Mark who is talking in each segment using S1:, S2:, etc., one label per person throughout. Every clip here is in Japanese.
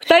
S1: 二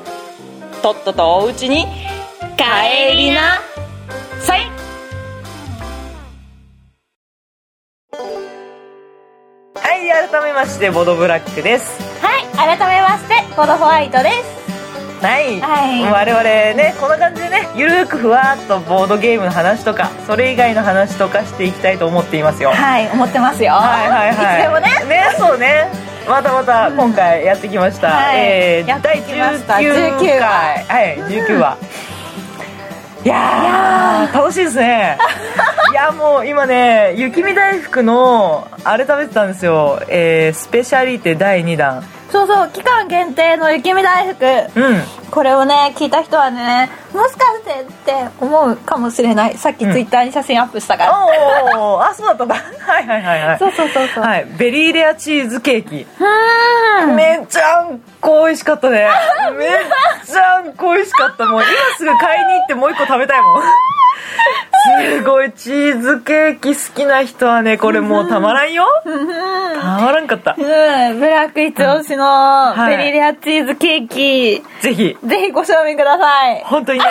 S1: とっととおうちに帰りなさい
S2: はい、改めまして、ボドブラックです。
S3: はい改めましてボドホワイトです
S2: はい。
S3: はい
S2: 我々ね、こんな感じでね、ゆるーくふわーっとボードゲームの話とか、それ以外の話とかしていきたいと思っていますよ。はい
S3: はい思ってますよ
S2: はいはい。
S3: いつでも
S2: ね。ね、そうね。またまた今回やってきました。
S3: はい
S2: えー、
S3: やってきました
S2: 第
S3: 19
S2: 19回。はい、19話。いやー楽しいです ねいやもう今ね雪見大福のあれ食べてたんですよ、えー、スペシャリテ第2弾
S4: そうそう期間限定の雪見大福
S2: うん
S4: これをね聞いた人はねもしかしてって思うかもしれないさっき
S2: うん
S4: ツイッターに写真アップしたから、
S2: おーおーおーあそうだったんだ はいはいはいはい
S4: そうそうそうそう、
S2: はいベリーレアチーズケーキ
S4: うん
S2: めちゃんこ美味しかったねめちゃんこ美味しかったもう今すぐ買いに行ってもう一個食べたいもんすごいチーズケーキ好きな人はねこれもうたまらんよたまらんかった
S4: うん、ブラック一押しの
S2: はい
S4: ベリレアチーズケーキ、
S2: ぜひ
S4: ぜひご賞味ください
S2: 本当にね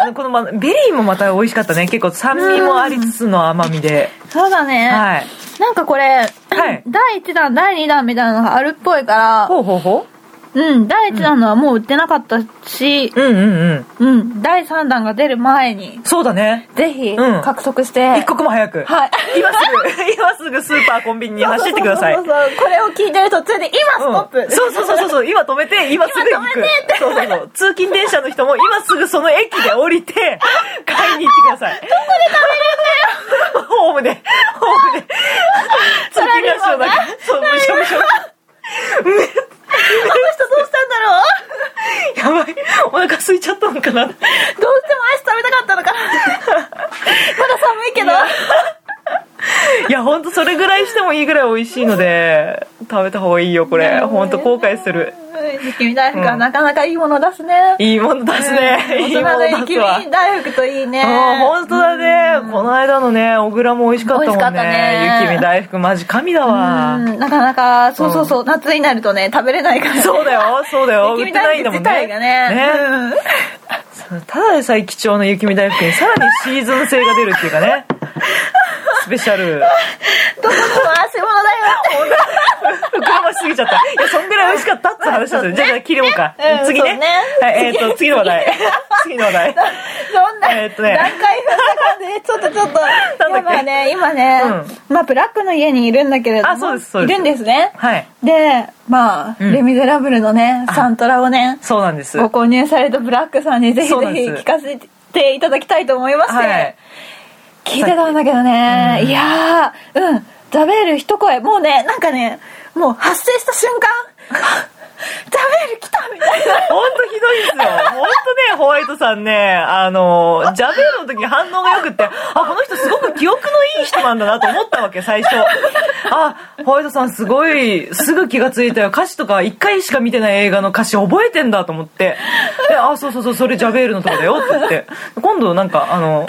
S2: あのこのまベリーもまた美味しかったね結構酸味もありつつの甘みで
S4: そうだね、
S2: はい
S4: なんかこれ、
S2: はい
S4: 第1弾第2弾みたいなのがあるっぽいから
S2: ほうほうほ
S4: うん第1弾のはもう売ってなかったし
S2: う、うんうんうん
S4: うん、第3弾が出る前に
S2: そうだね
S4: ぜひ
S2: うん
S4: 獲得して、
S2: 一刻も早く
S4: はい
S2: 今すぐ今すぐスーパーコンビニに走ってください
S4: そうそうそうこれを聞いてる途中で今ストップ、
S2: うんそうそうそうそうそう今止めて今すぐ行くそうそうそう通勤電車の人も今すぐその駅で降 りて買いに行ってくださいどこで食べるんだよホームでホーム で通勤ラッシュの中そうむしょむしょ
S4: この人どうしたんだろう
S2: やばいお腹空いちゃったのかな
S4: どう してもアイス食べたかったのかな まだ寒いけど
S2: いやほんとそれぐらいしてもいいぐらい美味しいので食べた方がいいよこれほんと後悔する
S4: うん雪見大福はなかなかいいもの出すね、
S2: いいもの出すね
S4: 大
S2: いい
S4: 人
S2: も
S4: の
S2: の
S4: 雪
S2: 出すわ
S4: 見大福といいね
S2: ああ本当だねこの間のね小倉も美味しかったもん
S4: 美味しか
S2: ね
S4: ったね
S2: 雪見大福マジ神だわ
S4: うんなかなかそうそうそう、夏になるとね食べれないから
S2: そうだよそうだよ売
S4: 雪見
S2: ってな
S4: 大
S2: いんだ
S4: 福
S2: も
S4: 自体
S2: んね
S4: がねうん
S2: そうただでさえ貴重な雪見大福にさらにシーズン性が出るっていうかねスペシャル
S4: どこでも足物だよ
S2: 膨らましすぎちゃったいやそんぐらい美味しかったって話ですよじゃあじゃあ切ろうか
S4: うん
S2: 次ね
S4: そうね
S2: はいえっと次の話題次の話題
S4: そんな、
S2: えーっとね
S4: 段階踏んだ感じで、 ちょっとちょっと、
S2: だっけ
S4: 今ね、今ね、まあ、ブラックの家にいるんだけれども、
S2: あそうですそうです
S4: いるんですね。
S2: はい
S4: で、まあ、
S2: うん
S4: レ・ミゼラブルのね、サントラをね、
S2: そうなんです
S4: ご購入されたブラックさんにぜひぜ
S2: そうなんで
S4: ひ
S2: す
S4: 聞かせていただきたいと思いまして、
S2: はい
S4: 聞いてたんだけどね、いやー、うん、ザベール一声、もうね、なんかね、もう発生した瞬 間、ザベール来たみたいな。
S2: 本当ひどいですよ。本当ね、ホワイトさんね、あの、ジャベールの時反応が良くって、あ、この人すごく記憶のいい人なんだなと思ったわけ、最初。あ、ホワイトさんすごい、すぐ気がついたよ。歌詞とか一回しか見てない映画の歌詞覚えてんだと思って。で、あ、そうそうそう、それジャベールのとこだよって言って。今度なんか、あの、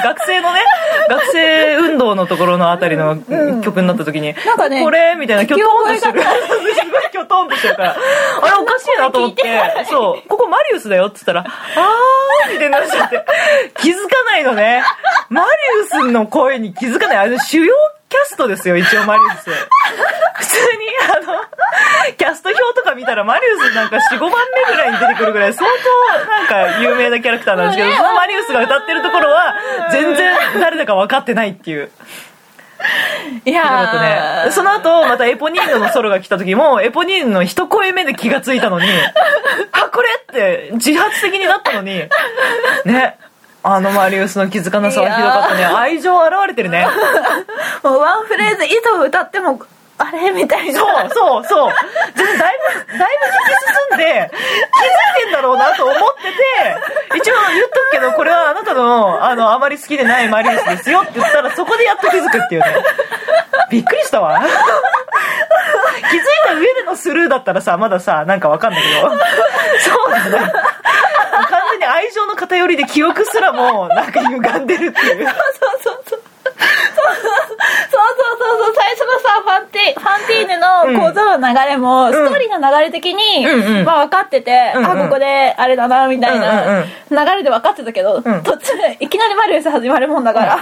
S2: 学生のね、学生運動のところのあたりの曲になった時に、
S4: なんかね
S2: これみたいな、きょとんとして る
S4: 聞き。
S2: すごいきょとんとしてるから、あれおかしいなと思って、そう、ここマリウスだよって言ったら、あーみたいになっちゃ って、気づかないのね。マリウスの声に気づかない。あれ主要キャストですよ、一応マリウス。普通に、あの、キャスト表とか見たらマリウスなんか4、5番目ぐらいに出てくるぐらい、相当なんか有名なキャラクターなんですけど、そのマリウスが歌ってるところは、全然誰だか分かってないっていう。
S4: い
S2: だったね。その後、またエポニーヌのソロが来た時も、エポニーヌの一声目で気がついたのに、あ、これって自発的になったのに、ね。あのマリウスの気づかなさはひどかったね。愛情現れてるね。
S4: もうワンフレーズ以上歌ってもあれみたいな
S2: そうそうそう。全然だいぶ、だいぶ引き進んで、気づいてんだろうなと思ってて、一応言っとくけど、これはあなたの、あの、あまり好きでないマリウスですよって言ったら、そこでやっと気づくっていうね。びっくりしたわ。気づいた上でのスルーだったらさ、まださ、なんかわかんないけど。そうなんだ。完全に愛情の偏りで記憶すらも、なんか歪んでるっていう。
S4: そうそうそうそうそうそうそうそう最初のさファンティファンティーヌの構造の流れも、ストーリーの流れ的に、
S2: うんうん
S4: まあ、分かってて、
S2: うんうん
S4: あここであれだなみたい
S2: うんうん
S4: な
S2: うん
S4: 流れで分かってたけど、
S2: ん
S4: 途中いきなりマリウス始まるもんだ から、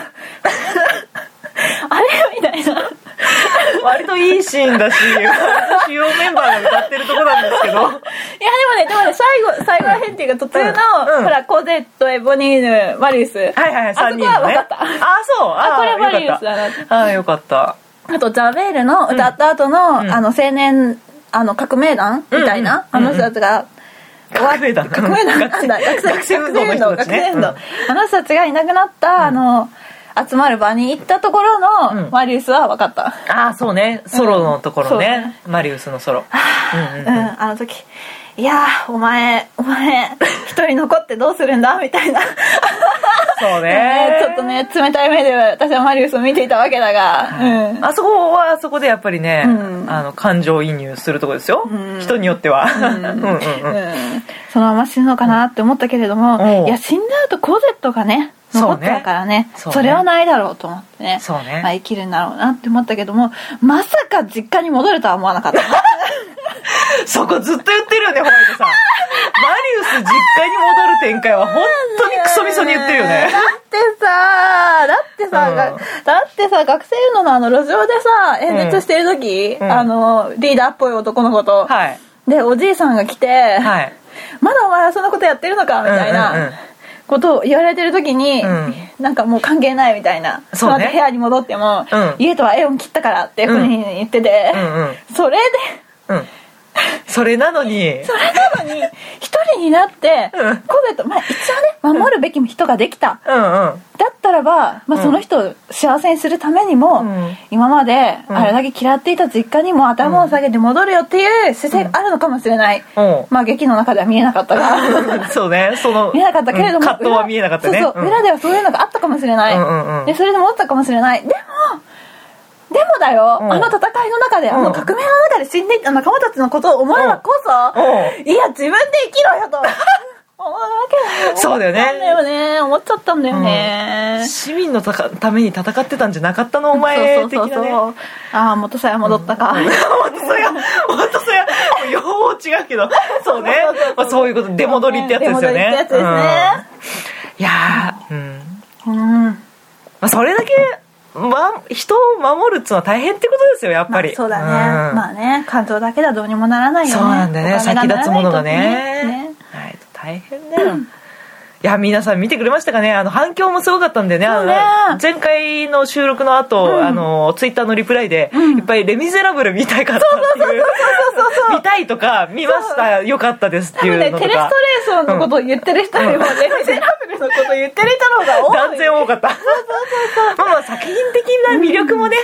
S4: あれみたいな
S2: 割といいシーンだし、主要メンバーが歌ってるとこなんですけど。
S4: いやでもねでもね最後最後らへんっていうか途中の、
S2: うんうん
S4: ほらコゼットエボニーヌマリウス、
S2: はいはいはい、
S4: あそこは
S2: 3人のね。
S4: 分かった
S2: あ、そう。あ
S4: あこれはマリウス
S2: よ
S4: だ
S2: か
S4: な
S2: った。あ、よかった。
S4: あと、ザ・ベールの歌った後の、
S2: ん
S4: あの、青年、あの、革命団みたいな、
S2: うんうん
S4: あの人たちが、
S2: 革命団
S4: 革命団なんだ。学生
S2: 学生運動の人た
S4: 学
S2: ちね
S4: 生運動。あの人たちがいなくなった、あの、集まる場に行ったところ
S2: う
S4: の、
S2: ん
S4: マリウスは分かった。
S2: あ、そうね。ソロのところね。マリウスの ソロ。うんうん
S4: うん、あの時。いやーお前お前一人残ってどうするんだみたいな、
S2: そ
S4: ね
S2: うね。
S4: ちょっと。ね冷たい目で私はマリウスを見ていたわけだが、うん、
S2: あそこはあそこでやっぱりね、
S4: うん
S2: あの感情移入するとこですよ、
S4: ん
S2: 人によっては、 うんんうんうん
S4: うんそのまま死ぬのかなって思ったけれども、
S2: うん
S4: いや死んだ後コゼットがね
S2: そうね
S4: 残ってたからねそ
S2: そうね
S4: れはないだろうと思ってね
S2: そうね
S4: まあ、生きるんだろうなって思ったけどもまさか実家に戻るとは思わなかった
S2: そこずっと言ってるよねホワイトさんマリウス実家に戻る展開は本当にクソみそに言ってるよね
S4: だってさだってさ、
S2: うん
S4: がだってさ学生運動のあの路上でさ演説してる時、
S2: うん
S4: あのリーダーっぽい男の子と、
S2: はい
S4: でおじいさんが来て、
S2: はい
S4: まだお前はそんなことやってるのかみたい
S2: うんうん
S4: な
S2: う
S4: んことを言われてる時に、
S2: うん
S4: なんかもう関係ないみたいな
S2: そうね
S4: また部屋に戻っても、
S2: うん
S4: 家とはエオン切ったからっていうふうに言ってて、
S2: うんうん
S4: それ
S2: うんそれなのに
S4: でそれなのに一人になって、
S2: うん
S4: コゼット、まあ、一応ね守るべき人ができた、
S2: うんうん
S4: だったらば、まあ、その人を幸せにするためにも、
S2: うん
S4: 今まで
S2: うん
S4: あれだけ嫌っていた実家にも頭を下げて戻るよっていう姿勢があるのかもしれない、
S2: うん
S4: まあ劇の中では見えなかったが。
S2: そうね、その。
S4: 見えなかったけれども、
S2: うん葛藤は見えなかったね。
S4: 裏そうそう、
S2: ん
S4: 裏ではそういうのがあったかもしれない、
S2: うんうんうん
S4: でそれでもあったかもしれないでもでもだよ、
S2: うん
S4: あの戦いの中で、あ
S2: う
S4: の
S2: ん
S4: 革命の中で死んでいった仲間たちのことを思えばこそ、
S2: う
S4: いや自分で生きろよ と思うわけだよ
S2: そうだよね
S4: 思ったんだよね思っちゃったんだよね、
S2: 市民のたかために戦ってたんじゃなかったのお
S4: そ
S2: 前
S4: う
S2: 的
S4: そうそう
S2: なね。
S4: そう、ああ元さえ戻ったか、
S2: 本当そ れは、本当それは、もう用法違うけど、そうね。まあそういうこと、出戻りってやつですよ
S4: 出
S2: ね。
S4: 戻りってやつ
S2: うんいやー、うん。
S4: ですねうん、や
S2: まあそれだけ、ま、人を守るっつうのは大変ってことですよ、やっぱり。
S4: そうだね、
S2: ん
S4: まあね感情だけではどうにもならないよね
S2: そうなんだよね
S4: お金
S2: 先立つものが
S4: ならないとね
S2: ねはい大変だよ、いや皆さん見てくれましたかねあの反響もすごかったんでねあ
S4: う
S2: の
S4: ね
S2: 前回の収録の後、あのツイッターのリプライで、いっぱい「レ・ミゼラブル」見たいかったっていう見たいとか見ましたよかったですって
S4: 多分
S2: いう
S4: ね
S2: の
S4: テ
S2: と
S4: レス
S2: か
S4: トレーションのことを言ってる人よりもね ミゼラブルのことを言ってる人の方が多
S2: 断
S4: い
S2: 然多かったまあまあ作品的な魅力もね、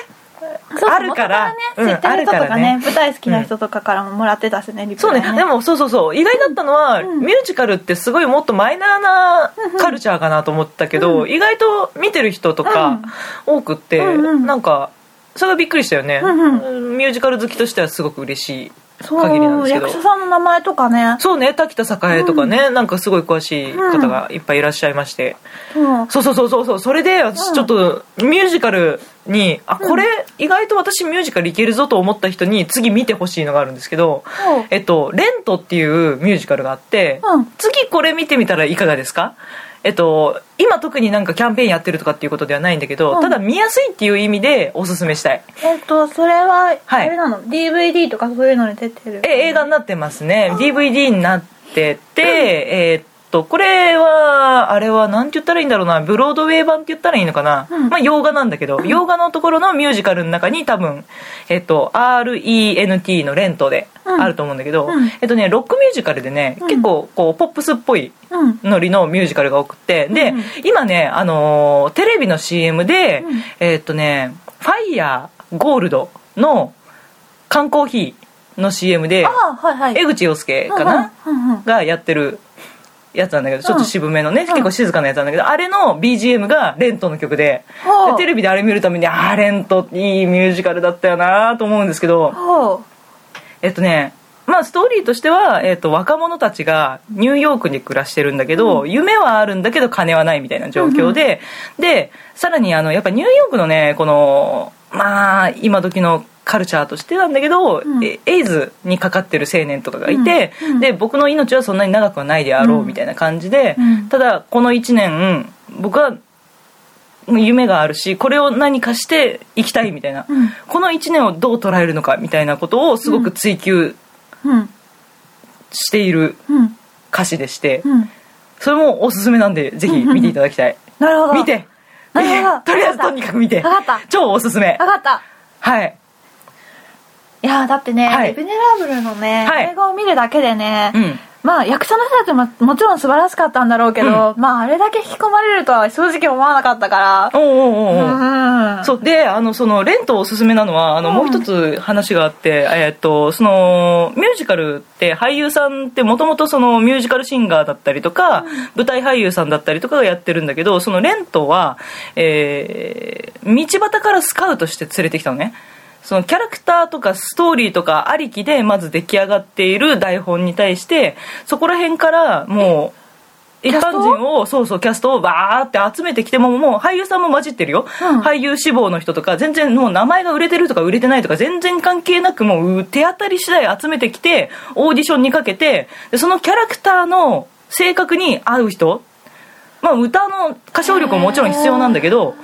S4: そうそう
S2: あるから
S4: 元々はね知ってる人と
S2: うんある
S4: か
S2: から
S4: ね
S2: ね
S4: 舞台好きな人とかからももらってたしねリプ
S2: そう
S4: ラ
S2: ね
S4: イね
S2: でもそうそうそう意外だったのは、
S4: ん
S2: ミュージカルってすごいもっとマイナーなカルチャーかなと思ったけど、意外と見てる人とか多くって、
S4: うんうん
S2: なんかそれがびっくりしたよね、
S4: うん
S2: ミュージカル好きとしてはすごく嬉しい
S4: そう
S2: 限りなんですけど
S4: 役者さんの名前とかね
S2: そうね滝田栄とかね、なんかすごい詳しい方がいっぱいいらっしゃいまして、
S4: うん
S2: そうそうそうそうそうそれで私ちょっとミュージカルにあこれ意外と私ミュージカルいけるぞと思った人に次見てほしいのがあるんですけど
S4: うん
S2: 「えっと、レント」っていうミュージカルがあって、
S4: うん
S2: 次これ見てみたらいかがですかえっと、今特になんかキャンペーンやってるとかっていうことではないんだけど、
S4: うん
S2: ただ見やすいっていう意味でおすすめしたい
S4: えっとそれはあ
S2: はい
S4: れなの DVD とかそういうのに出てる
S2: え映画になってますね DVD になってて、えーっとこれはあれはなんて言ったらいいんだろうなブロードウェイ版って言ったらいいのかな、
S4: うん
S2: まあ洋画なんだけど、洋画のところのミュージカルの中に多分、えーっと RENT の「レント」で
S4: うん
S2: あると思うんだけど、
S4: うん
S2: えーっとねロックミュージカルでね、
S4: うん
S2: 結構こうポップスっぽい
S4: うん
S2: ノリのミュージカルが多くてで、
S4: うんうん
S2: 今ね、あのーテレビの CM で、
S4: うん
S2: えーっとね「ファイヤーゴールドの缶コーヒーの CM で
S4: ああはいはい
S2: 江口洋介かな、
S4: うんうんうんうん
S2: がやってるやつなんだけどちょっと渋めのね、結構静かなやつなんだけどあれの BGM がレントの曲で
S4: ほう
S2: でテレビであれ見るためにあーレントいいミュージカルだったよなと思うんですけど
S4: ほ
S2: えっとねまあストーリーとしては、えっと、若者たちがニューヨークに暮らしてるんだけど、夢はあるんだけど金はないみたいな状況で、でさらにあのやっぱニューヨークのねこのまあ今時のカルチャーとしてなんだけど、
S4: うん
S2: えエイズにかかってる青年とかがいて、
S4: うんうん
S2: で僕の命はそんなに長くはないであろうみたいな感じで、
S4: うん
S2: ただこの1年僕は夢があるしこれを何かしていきたいみたいな、
S4: うん
S2: この1年をどう捉えるのかみたいなことをすごく追求
S4: ううん
S2: している
S4: うん
S2: 歌詞でして、
S4: うん
S2: それもおすすめなんでぜひ見ていただきたい、
S4: なるほど
S2: 見て
S4: なるほど
S2: とりあえずとにかく見て
S4: わかった
S2: 超おすすめ
S4: わかった
S2: はい
S4: いやーだってね、
S2: はい
S4: レベネラブルのね、
S2: はい
S4: 映画を見るだけでね、
S2: うん
S4: まあ役者の人たちももちろん素晴らしかったんだろうけど、まああれだけ引き込まれるとは正直思わなかったから
S2: おうおうおうおう
S4: うん
S2: そうであのそのレントおすすめなのはあの、
S4: うん
S2: もう一つ話があって、えーっとそのミュージカルって俳優さんってもともとそのミュージカルシンガーだったりとか、舞台俳優さんだったりとかがやってるんだけどそのレントは、えー道端からスカウトして連れてきたのね。そのキャラクターとかストーリーとかありきでまず出来上がっている台本に対してそこら辺からもう一般人をそうそうキャストをバーって集めてきてももう俳優さんも混じってるよ、
S4: うん
S2: 俳優志望の人とか全然もう名前が売れてるとか売れてないとか全然関係なくもう手当たり次第集めてきてオーディションにかけてでそのキャラクターの性格に合う人まあ歌の歌唱力ももちろん必要なんだけど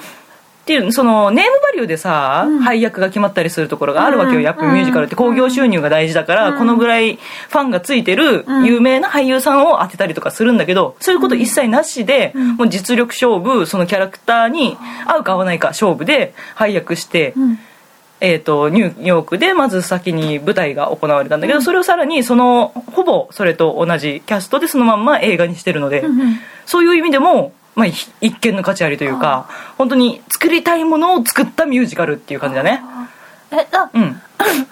S2: っていうそのネームバリューでさ、配役が決まったりするところがあるわけよ、
S4: うん
S2: やっぱミュージカルって興行収入が大事だから、このぐらいファンがついてる
S4: うん
S2: 有名な俳優さんを当てたりとかするんだけどそういうこと一切なしで、もう実力勝負そのキャラクターに合うか合わないか勝負で配役して、
S4: うん
S2: えー、とニューヨークでまず先に舞台が行われたんだけど、それをさらにそのほぼそれと同じキャストでそのまんま映画にしてるので、
S4: うんうん
S2: そういう意味でも、まあ、ひ一見の価値ありというか本当に作りたいものを作ったミュージカルっていう感じだね。
S4: えあ、
S2: うん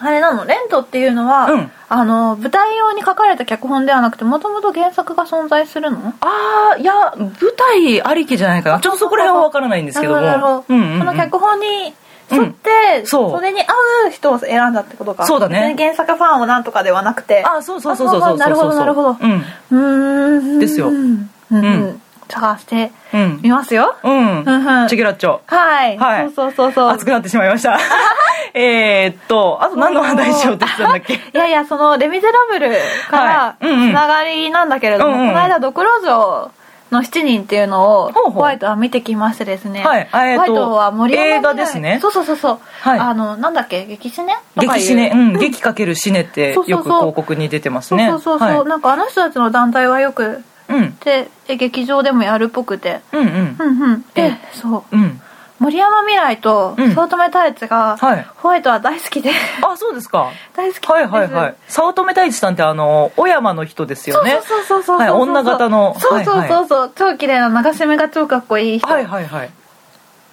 S4: あれなのレントっていうのは、
S2: うん
S4: あの舞台用に書かれた脚本ではなくてもともと原作が存在するの
S2: ああいや舞台ありきじゃないかなちょっとそこら辺は分からないんですけども
S4: なるほど、
S2: うんうんうん
S4: その脚本に沿って、
S2: んそう
S4: れに合う人を選んだってことか
S2: そうだね
S4: 別に原作ファンをなんとかではなくて
S2: あそうそうそうそう
S4: あ
S2: そ
S4: あ
S2: う
S4: なるほどなるほど
S2: うん
S4: うーん
S2: ですよ
S4: うん、う
S2: うん
S4: ん、探して
S2: うん
S4: みますよ
S2: うん、
S4: うんうん
S2: チェケラッチョ
S4: はい、
S2: はい
S4: そうそうそう
S2: 熱
S4: そ
S2: くなってしまいました えーっとあと何の話しようとしてたんだっ け
S4: ういやいやその「レ・ミゼラブル」から
S2: はいうんうん
S4: つながりなんだけれども、
S2: うんうん
S4: この間「ドクロ城の7人」っていうのを
S2: ほうほう
S4: ホワイトは見てきましてですね、
S2: はいあえっ
S4: ホ
S2: と
S4: ワイトは森山
S2: 映画
S4: 未来
S2: ですね
S4: そうそうそうそう、
S2: はい
S4: あのなんだっけ激死ねとかい
S2: 劇
S4: う
S2: 死ね、うん、劇かける死ねって
S4: そうそう
S2: よ
S4: そう
S2: く広告に出てます
S4: そう
S2: ね
S4: そうそうそう、
S2: は
S4: なんかあの人たちの団体はよく
S2: い、うん
S4: でえ劇場でもやるっぽくて
S2: うんうん
S4: うんうん
S2: う
S4: で
S2: ん
S4: そう
S2: うん
S4: 森山未来と
S2: うん
S4: 早乙女太一が、
S2: はい
S4: ホワイトは大好きで
S2: あそうですか
S4: 大好き
S2: はいはいはい早乙女太一さんってあの小山の人ですよ
S4: そう
S2: ね
S4: そうそうそうそうそう、
S2: はい女型の
S4: そうそう
S2: は
S4: そうそう、超綺麗な流し目が超かっこいい人、
S2: はいはいはい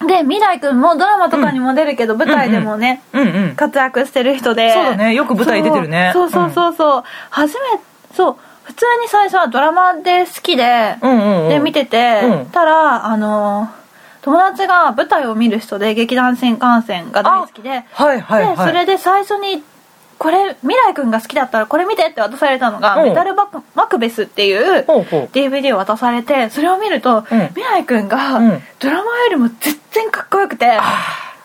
S4: で未来君もドラマとかにも出るけど、舞台でもね、
S2: うんうん
S4: 活躍してる人で
S2: そうだねよく舞台出てるね
S4: そうそうそうそうそう、初めそう普通に最初はドラマで好きで、
S2: うんうんうん
S4: で見てて、
S2: うん
S4: たらあの友達が舞台を見る人で劇団新幹線が大好きで
S2: はいはいはい
S4: でそれで最初にこれ未来君が好きだったらこれ見てって渡されたのが
S2: う
S4: 「
S2: ん
S4: メタルバクマクベス」っていう
S2: ほうほう
S4: DVD を渡されてそれを見ると、
S2: ん
S4: 未来君が
S2: うん
S4: ドラマよりも全然かっこよくて、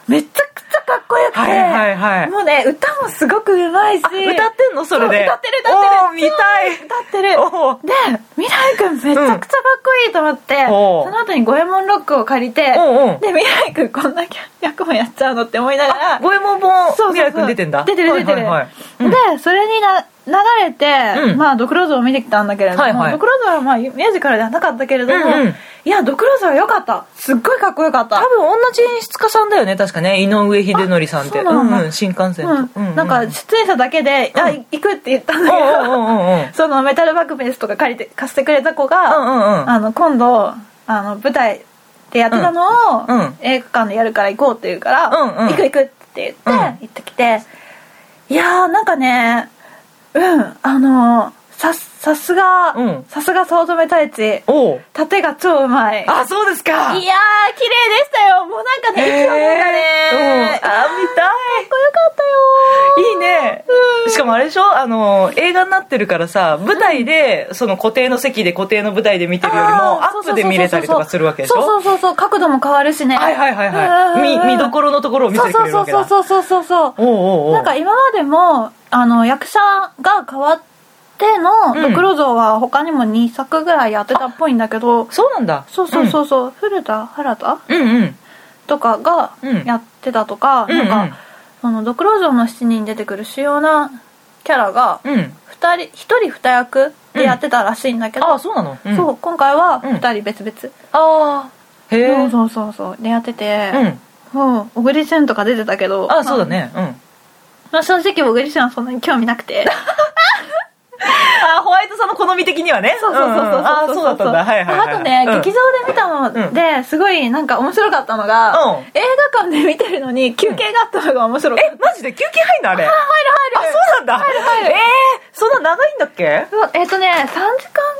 S4: めちゃくちゃかっこよくて、
S2: はいはいはい
S4: もうね歌もすごくうまいし歌っ
S2: 歌ってんのそれ
S4: そ
S2: で
S4: う歌ってる歌ってる
S2: おー見たい
S4: てる
S2: おー
S4: で未来君めちゃくちゃかっこいいと思って、
S2: おう
S4: その後に五右衛門ロックを借りて、
S2: うんうん
S4: で未来君こんな役もやっちゃうのって思いながら
S2: 五右衛門も
S4: そうそうそう
S2: 未来君出てんだ
S4: 出てる出てる、
S2: はいはいはい
S4: でそれにな流れて、
S2: うん
S4: まあドクロ像を見てきたんだけれども、
S2: はいはい
S4: ドクロ像はまあミュージカルではなかったけれども、
S2: うんうん
S4: いやドクロ像は良かったすっごいかっこよかった
S2: 多分同じ演出家さんだよね確かね井上秀則さんって
S4: あそうなんだ
S2: うんうん新幹線
S4: うん
S2: と、うう
S4: なんか出演者だけで「あ行く」って言ったんだけ
S2: うん
S4: ど、
S2: うんうんうん
S4: そのメタルバックベースとか借りて貸してくれた子
S2: う
S4: が、
S2: んうんうん
S4: あの今度あの舞台でやってたのを、
S2: うんうん
S4: 映画館でやるから行こうって言うから、
S2: うんうん
S4: 行く行くって言って、
S2: うん
S4: 行ってきていやーなんかねうんあのささすが、
S2: うん
S4: さすが早乙女太一
S2: おう
S4: 縦が超うまい
S2: あそうですか
S4: いやー綺麗でしたよもうなんかね息を飲んだね
S2: えーうんあー見たい
S4: かっこよかったよ
S2: いいね、しかもあれでしょあの映画になってるからさ舞台で、その固定の席で固定の舞台で見てるよりも
S4: ー
S2: アップで見れたりとかするわけでしょ
S4: そうそうそうそう角度も変わるしね
S2: はいはいはいはい、
S4: うんうんうん
S2: み見どころのところを見せ
S4: そう
S2: てく
S4: そう
S2: れる
S4: そ
S2: わ
S4: う
S2: けだ
S4: そうそうそうそう
S2: おうおうおう
S4: なんか今までもあの役者が変わっての
S2: う
S4: 「
S2: ん
S4: ドクロ像」は他にも2作ぐらいやってたっぽいんだけど、
S2: そうなんだ
S4: そうそうそうそう、古田原田
S2: うん、うんうん
S4: とかが
S2: うん
S4: やってたとか、
S2: うんうん
S4: なんかその「ドクロ像の7人」に出てくる主要なキャラが
S2: うん
S4: 二人1人2役でやってたらしいんだけど、
S2: ああそうなの、ん
S4: そう今回は
S2: うん
S4: 2人別々、
S2: ああへえ
S4: そうそうそうそうでやってて、
S2: うん
S4: うん、小栗旬とか出てたけど
S2: ああそうだねうん
S4: まあ正直小栗旬はそんなに興味なくて
S2: あホワイトさんの好み的にはね
S4: そうそうそうそうそう
S2: ああそうだったんだはいはい、はい、
S4: あとね、
S2: うん
S4: 劇場で見たのですごいなんか面白かったのが、
S2: うん
S4: 映画館で見てるのに休憩があったのが面白かった、
S2: えマジで休憩入んのあれあ
S4: 入る入る
S2: そうなんだええー、そんな長いんだっけ
S4: そうえっ、とね3時間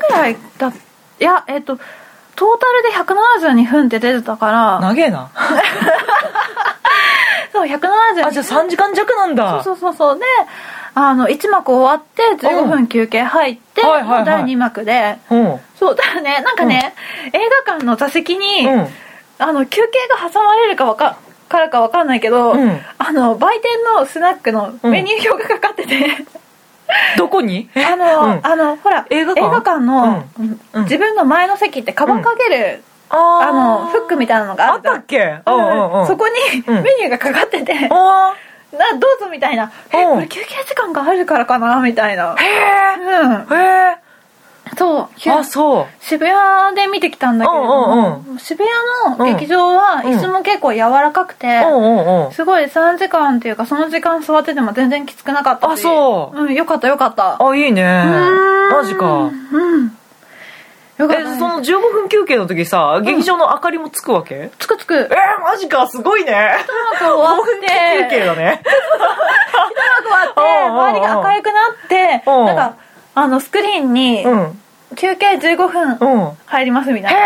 S4: ぐらいだいやえっ、とトータルで172分って出てたから
S2: 長えな
S4: そう172
S2: あじゃあ3時間弱なんだ
S4: そうそうそうそうであの1幕終わって15分休憩入って、
S2: うんはいはいはい
S4: 第2幕で
S2: うん
S4: そうだからねなんかね、映画館の座席に、
S2: うん
S4: あの休憩が挟まれるかわかからかわかんないけど、
S2: うん
S4: あの売店のスナックのメニュー表がかかってて、
S2: どこに
S4: あの、
S2: うん
S4: あのほら
S2: 映画館
S4: の、
S2: うん
S4: 自分の前の席ってカバンかける、あのフックみ
S2: たい
S4: たいなのが
S2: な
S4: あ
S2: あ
S4: る
S2: っ
S4: じゃ
S2: た
S4: ん
S2: っけうんうん
S4: う
S2: うんん
S4: そこに
S2: うん
S4: メニューがかかってて、な
S2: おー
S4: どうぞみたいな、え
S2: うん
S4: これ休憩時間があるからかなみたいな、
S2: へ
S4: うん、
S2: えへ
S4: そう
S2: えあそう
S4: 渋谷で見てきたんだけれども、
S2: う
S4: 渋谷の劇場は
S2: うん
S4: 椅子も結構柔らかくて、
S2: うんうんうん
S4: すごい3時間っていうかその時間座ってても全然きつくなかったし、
S2: あそう
S4: うん、よかったよかった
S2: あいいね
S4: うん
S2: マジか
S4: うんよかった
S2: え
S4: ね、
S2: その15分休憩の時さ劇場の明かりもつくわけえ
S4: つくつ くう
S2: ーマジかすごいね
S4: まく終わって
S2: 休憩
S4: う
S2: だね
S4: まく終わって周りが明るくなって
S2: うん
S4: なんかあのスクリーンに
S2: うん
S4: 休憩15分
S2: うん
S4: 入りますみたいな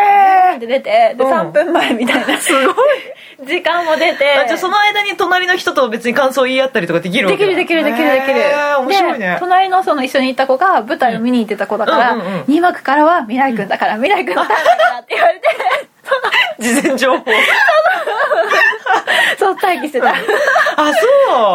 S2: へー
S4: で出てで
S2: うん
S4: 3分前みたいな
S2: すごい
S4: 時間も出て
S2: あじゃあその間に隣の人と別に感想言い合ったりとかできるわ
S4: で
S2: け
S4: きる
S2: だ
S4: できるできるできる、
S2: へー面白
S4: で
S2: いね
S4: 隣のその一緒に行った子が舞台を見に行ってた子だから、
S2: うんうんうんうん
S4: 2幕からは未来君だから、未来君のためだからって言われて
S2: 事前情報
S4: そう待機してた
S2: あそう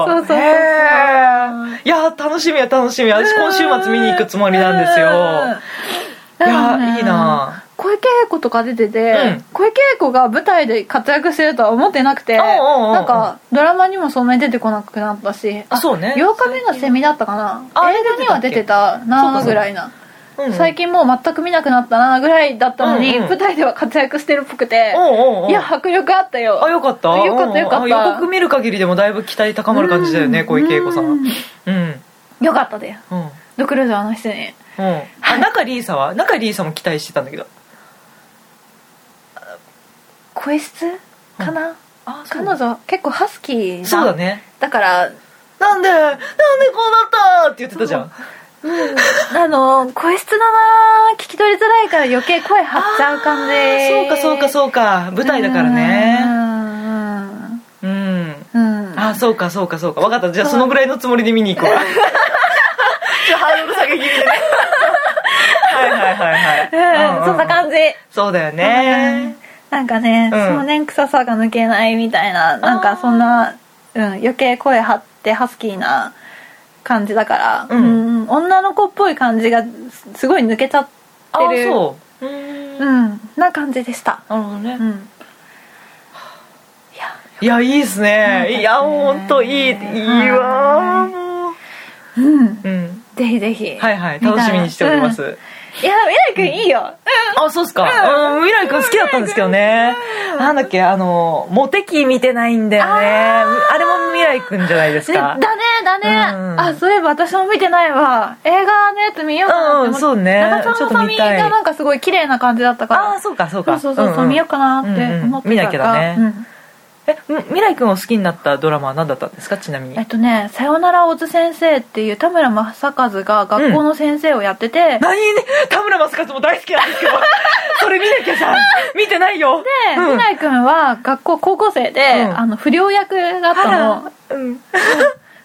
S4: そうそうそう
S2: へーいや楽しみや楽しみ私今週末見に行くつもりなんですよい
S4: うん
S2: やいいな
S4: 小池栄子とか出てて、
S2: うん
S4: 小池栄子が舞台で活躍してるとは思ってなくて
S2: おうおうおう
S4: なんかドラマにもそんなに出てこなくなったし
S2: あそうね
S4: 8日目のセミだったかな
S2: あ
S4: 映画には出てたなぐらいな
S2: うん
S4: 最近もう全く見なくなったなぐらいだったのに、
S2: うんうん
S4: 舞台では活躍してるっぽくて、
S2: おうおうおう
S4: いや迫力あったよ
S2: あよかった
S4: よかったよかった
S2: うんあ予告見る限りでもだいぶ期待高まる感じだよね小池栄子さんうんうん
S4: よかったです
S2: うん
S4: ドクルーザーの人に
S2: あ中里依紗は中里依紗も期待してたんだけど
S4: 声質かな、
S2: あ
S4: 彼女結構ハスキーな
S2: そうだね
S4: だから
S2: なんでなんでこうなったって言ってたじゃん
S4: あの声質だな聞き取りづらいから余計声張っちゃう感じ
S2: そうかそうか
S4: う
S2: そうか舞台だからね
S4: ね
S2: う
S4: う
S2: ん
S4: んうん
S2: あそうかそうかそうか分かったじゃあそのぐらいのつもりで見に行こうちょっとハードル下げ気味でねはいはい はいはい
S4: そんな感じ
S2: そうだよね
S4: なんかね、
S2: うん
S4: 少年臭さが抜けないみたいななんかそんな、うん、余計声張ってハスキーな感じだから、
S2: うん
S4: うん女の子っぽい感じがすすごい抜けちゃ
S2: あ
S4: ってる
S2: そううんなる
S4: ん、な感じでした、
S2: ほどね
S4: うん、
S2: いやいいですねいやもうほんといいいいわーもう
S4: うん、
S2: うん
S4: ぜひぜひ
S2: はいはい楽しみにしておりま、
S4: 見
S2: す
S4: たらうんいや未来君いいよ、
S2: あそうっすかうん未来君好きだったんですけどねなんだっけあのモテキ見てないんだよねあれも未来君じゃないです
S4: ね
S2: か
S4: だねだね、
S2: うん
S4: あそういえば私も見てないわ映画のやつ見ようかなって思って、
S2: うんうんそうね
S4: 長澤まさみ
S2: ちょっと見たい
S4: がなんかすごい綺麗な感じだったから
S2: ああそうかそう
S4: そ
S2: か
S4: うそうそうそう、
S2: んん
S4: 見ようかなって思ってたから
S2: うんうん見なきゃだね
S4: うん
S2: えみ未来君を好きになったドラマは何だったんですかちなみに
S4: えっとね「さよなら小津先生」っていう田村正和が学校の先生をやってて、
S2: 何ね田村正和も大好きなんで すけどそれ見なきゃさ見てないよ
S4: で、
S2: うん
S4: 未来君は学校高校生で、
S2: うん
S4: あの不良役だったの、
S2: あらうん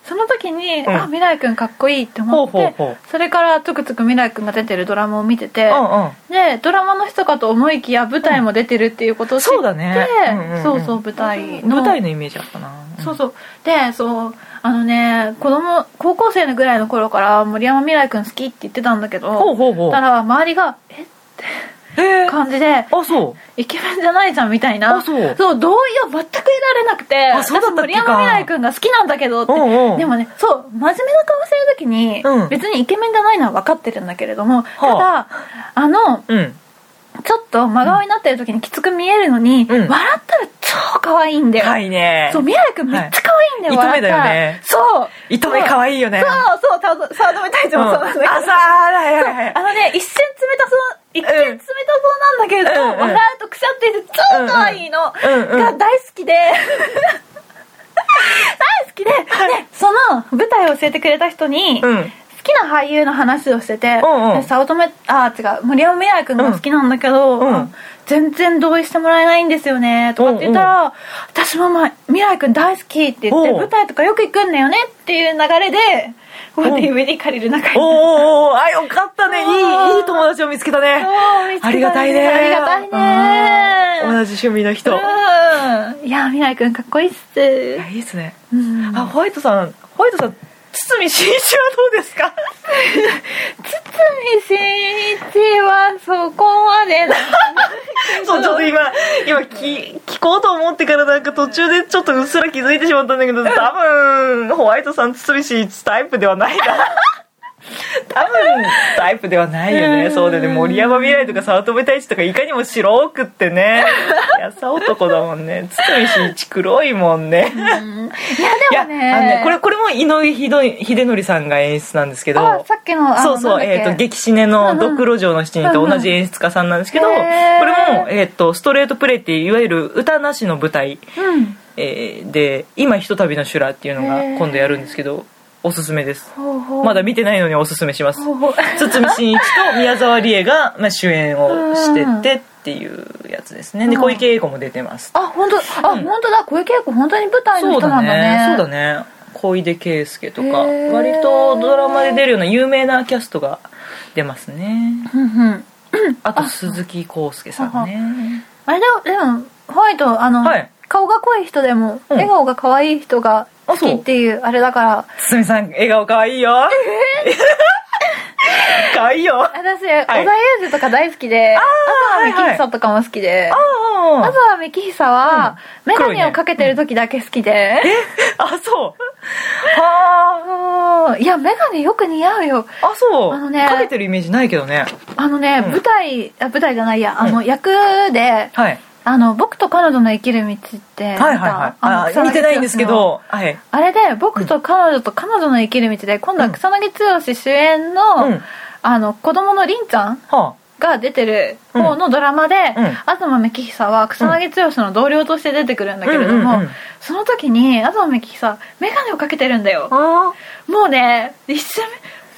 S4: その時に、
S2: うん
S4: あ未来君かっこいいって思って
S2: ほうほうほう
S4: それからつくつく未来君が出てるドラマを見てて、
S2: うんうん
S4: でドラマの人かと思いきや舞台も出てるっていうことを知って、
S2: そうだねうんうんうん
S4: そうそう舞台の
S2: 舞台のイメージあったな
S4: そうそうでそうあのね子供高校生のぐらいの頃から森山未来君好きって言ってたんだけど
S2: ほうほうほう
S4: たら周りが「えっ?」
S2: うんへ
S4: て
S2: え
S4: 感じで
S2: あそう
S4: イケメンじゃないじゃんみたいな
S2: あそう
S4: 同意を全く得られなくて
S2: あそうだったっけか
S4: 私森山未来君が好きなんだけどって
S2: うんうん
S4: でもねそう真面目な顔してる時に、
S2: うん
S4: 別にイケメンじゃないのは分かってるんだけれども、
S2: は
S4: ただあの
S2: うん
S4: ちょっと真顔になってる時にきつく見えるのに、
S2: うん
S4: 笑ったら超可愛いんだよ、
S2: かいね
S4: そう未来君めっちゃ可愛いんだよ、
S2: はい
S4: 笑ったら
S2: 糸目だよね
S4: そう
S2: 糸目可愛いよね
S4: そうそうたサード目隊長もそうなんだけど、
S2: あさあはいはいはい
S4: あのね、一瞬冷たそう、一見冷たそうなんだけれども、
S2: うんうん
S4: 笑うとくしゃってて超可愛いのが
S2: うんうん
S4: 大好き で、大好きで、で、その舞台を教えてくれた人に、
S2: うん
S4: 好きな俳優の話をしてて、
S2: うんうん
S4: で早乙女あ違う森山未来君が好きなんだけど、
S2: うん
S4: あ全然同意してもらえないんですよねとかって言ったら、私も、まあ、未来君大好きって言って
S2: おう
S4: 舞台とかよく行くんだよねっていう流れでこうやって DVD 借りる中に
S2: おーおーおーあよかったねいいいい友達を見つけたね
S4: そう見つけたね
S2: ありがたいね
S4: ありがたいね
S2: うん同じ趣味の人
S4: うんいや未来君かっこいいっ
S2: い
S4: す
S2: やいいですね
S4: うん
S2: あホワイトさんホワイトさん堤真一はどうですか
S4: 堤真一はそこまでだ
S2: そうちょっと今今聞聞こうと思ってからなんか途中でちょっとうっすら気づいてしまったんだけど多分ホワイトさん堤真一タイプではないな 多分タイプではないよねそうだよね森山未来とか早乙女太一とかいかにも白くって ね優男だもんね堤真一黒いもんねい
S4: い
S2: や
S4: や
S2: あ
S4: でも
S2: のね
S4: ね
S2: これこれも井上ひどい秀則さんが演出なんですけど
S4: あさっきのあの
S2: そうそ
S4: なん
S2: う、
S4: だっけ
S2: えっ、と、激シネのドクロ城の七人と同じ演出家さんなんですけど、こ
S4: うんうんうんへー
S2: れも、えっ、と、ストレートプレイっていう、いわゆる歌なしの舞台、
S4: うん
S2: えーで、今ひとたびの修羅っていうのが
S4: へー
S2: 今度やるんですけど、おすすめです。
S4: ほうほう
S2: まだ見てないのにおすすめします。
S4: ほうほう
S2: 堤真一と宮沢りえが、まあ、主演をしててっていうやつですね。で、
S4: うん
S2: 小池栄子も出てます。
S4: あ本当あ、
S2: うん
S4: 本当だ小池栄子本当に舞台の
S2: そう
S4: 人な
S2: だ
S4: んだ
S2: ね
S4: ね。
S2: そうだね。小出圭介とか、
S4: へー
S2: 割とドラマで出るような有名なキャストが出ますね。
S4: うんうん
S2: あと鈴木康介さんね。
S4: あれでもでもホワイトあの、
S2: はい
S4: 顔が濃い人でも、
S2: うん
S4: 笑顔が可愛い人が好きっていうあれだから
S2: すみさん、笑顔かわいいよ。かわいいよ。あ
S4: 私、小田裕二とか大好きで
S2: は
S4: 朝
S2: い
S4: は
S2: はい
S4: 幹久とかも好きで、
S2: あ
S4: 朝は幹久は、メガ
S2: 黒い
S4: ネ
S2: ね
S4: をかけてる時だけ好きで、
S2: あ、そう。は
S4: あーいやメガネよく似合うよ
S2: あ。あ、そう。
S4: あのね
S2: かけてるイメージないけどね。
S4: あのね、
S2: うん
S4: 舞台あ舞台じゃないやあの、
S2: う
S4: 役で
S2: はい。
S4: あの「僕と彼女の生きる道」って見た
S2: はいはいはい。
S4: あの
S2: あ
S4: 草、
S2: 似
S4: 剛
S2: て
S4: の
S2: ないんですけど。はい。
S4: あれで僕と彼女と彼女の生きる道で今度は草薙剛主演の,、
S2: うん
S4: あの子供のりんちゃん
S2: は
S4: が出てる方のドラマで、
S2: うん
S4: 東幹久は草薙剛の同僚として出てくるんだけれども、
S2: うんうんうん
S4: その時に東幹久眼鏡をかけてるんだよ、
S2: あ。
S4: もうね一瞬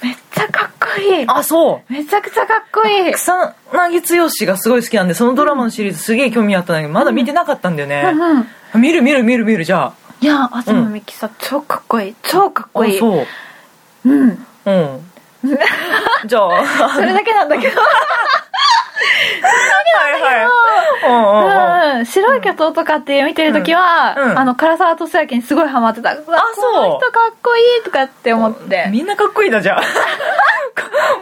S4: めっちゃかっこいい
S2: あ、そう。
S4: めちゃくちゃかっこいい
S2: 草薙剛がすごい好きなんで、そのドラマのシリーズすげえ興味あったんだけど、まだ見てなかったんだよね。
S4: うんうん
S2: 見る見る見る見る、じゃあ。
S4: いや東幹久超かっこいい超かっこ
S2: あ、
S4: いい
S2: そう。
S4: うん
S2: うん。じゃあ。
S4: それだけなんだけど
S2: はいはい。うんうんうん。
S4: うん、白い巨塔とかって見てる時は、
S2: うんうん
S4: あの唐沢俊明にすごいハマってたあそうこ
S2: そう
S4: の人かっこいいとかって思って
S2: みんなかっこいいなじゃあ。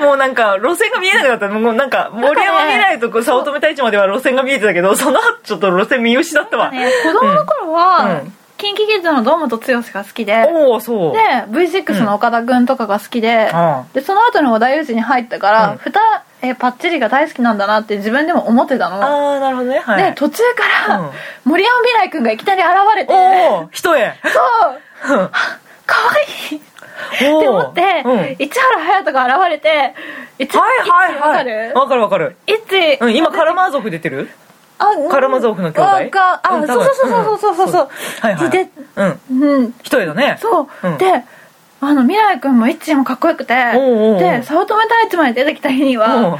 S2: もうなんか路線が見えなくなったもうなんか森山未来とこう早乙女太一までは路線が見えてたけどその後ちょっと路線見失ったわ、
S4: ね子供の頃は、
S2: うん
S4: KinKiKids の堂本剛が好きで
S2: おおそう、
S4: で V6 の岡田君とかが好きで、
S2: うん
S4: でその後の織田裕二に入ったから、
S2: うん
S4: ふたえーパッチリが大好きなんだなって自分でも思ってたの
S2: ああなるほどねはい
S4: で途中から、
S2: うん
S4: 森山未来君がいきなり現れて
S2: おお一 重
S4: そう
S2: う
S4: か
S2: ん
S4: わいい
S2: おー
S4: って思って、
S2: うん
S4: 市原隼人が現れて市
S2: はいはいはい
S4: わ
S2: わかるわかる
S4: かる
S2: うん今カラマー族出てる
S4: あうん
S2: カラマゾーフの兄
S4: なん
S2: 弟
S4: かあ
S2: ん多
S4: そう
S2: 分
S4: そうそうそうそうそう
S2: はいはい
S4: で
S2: うん
S4: うん
S2: 一人だね
S4: そう、
S2: うん
S4: であの未来君もイッチーもかっこよくて
S2: おうおう
S4: で早乙女太一まで出てきた日に
S2: うん
S4: は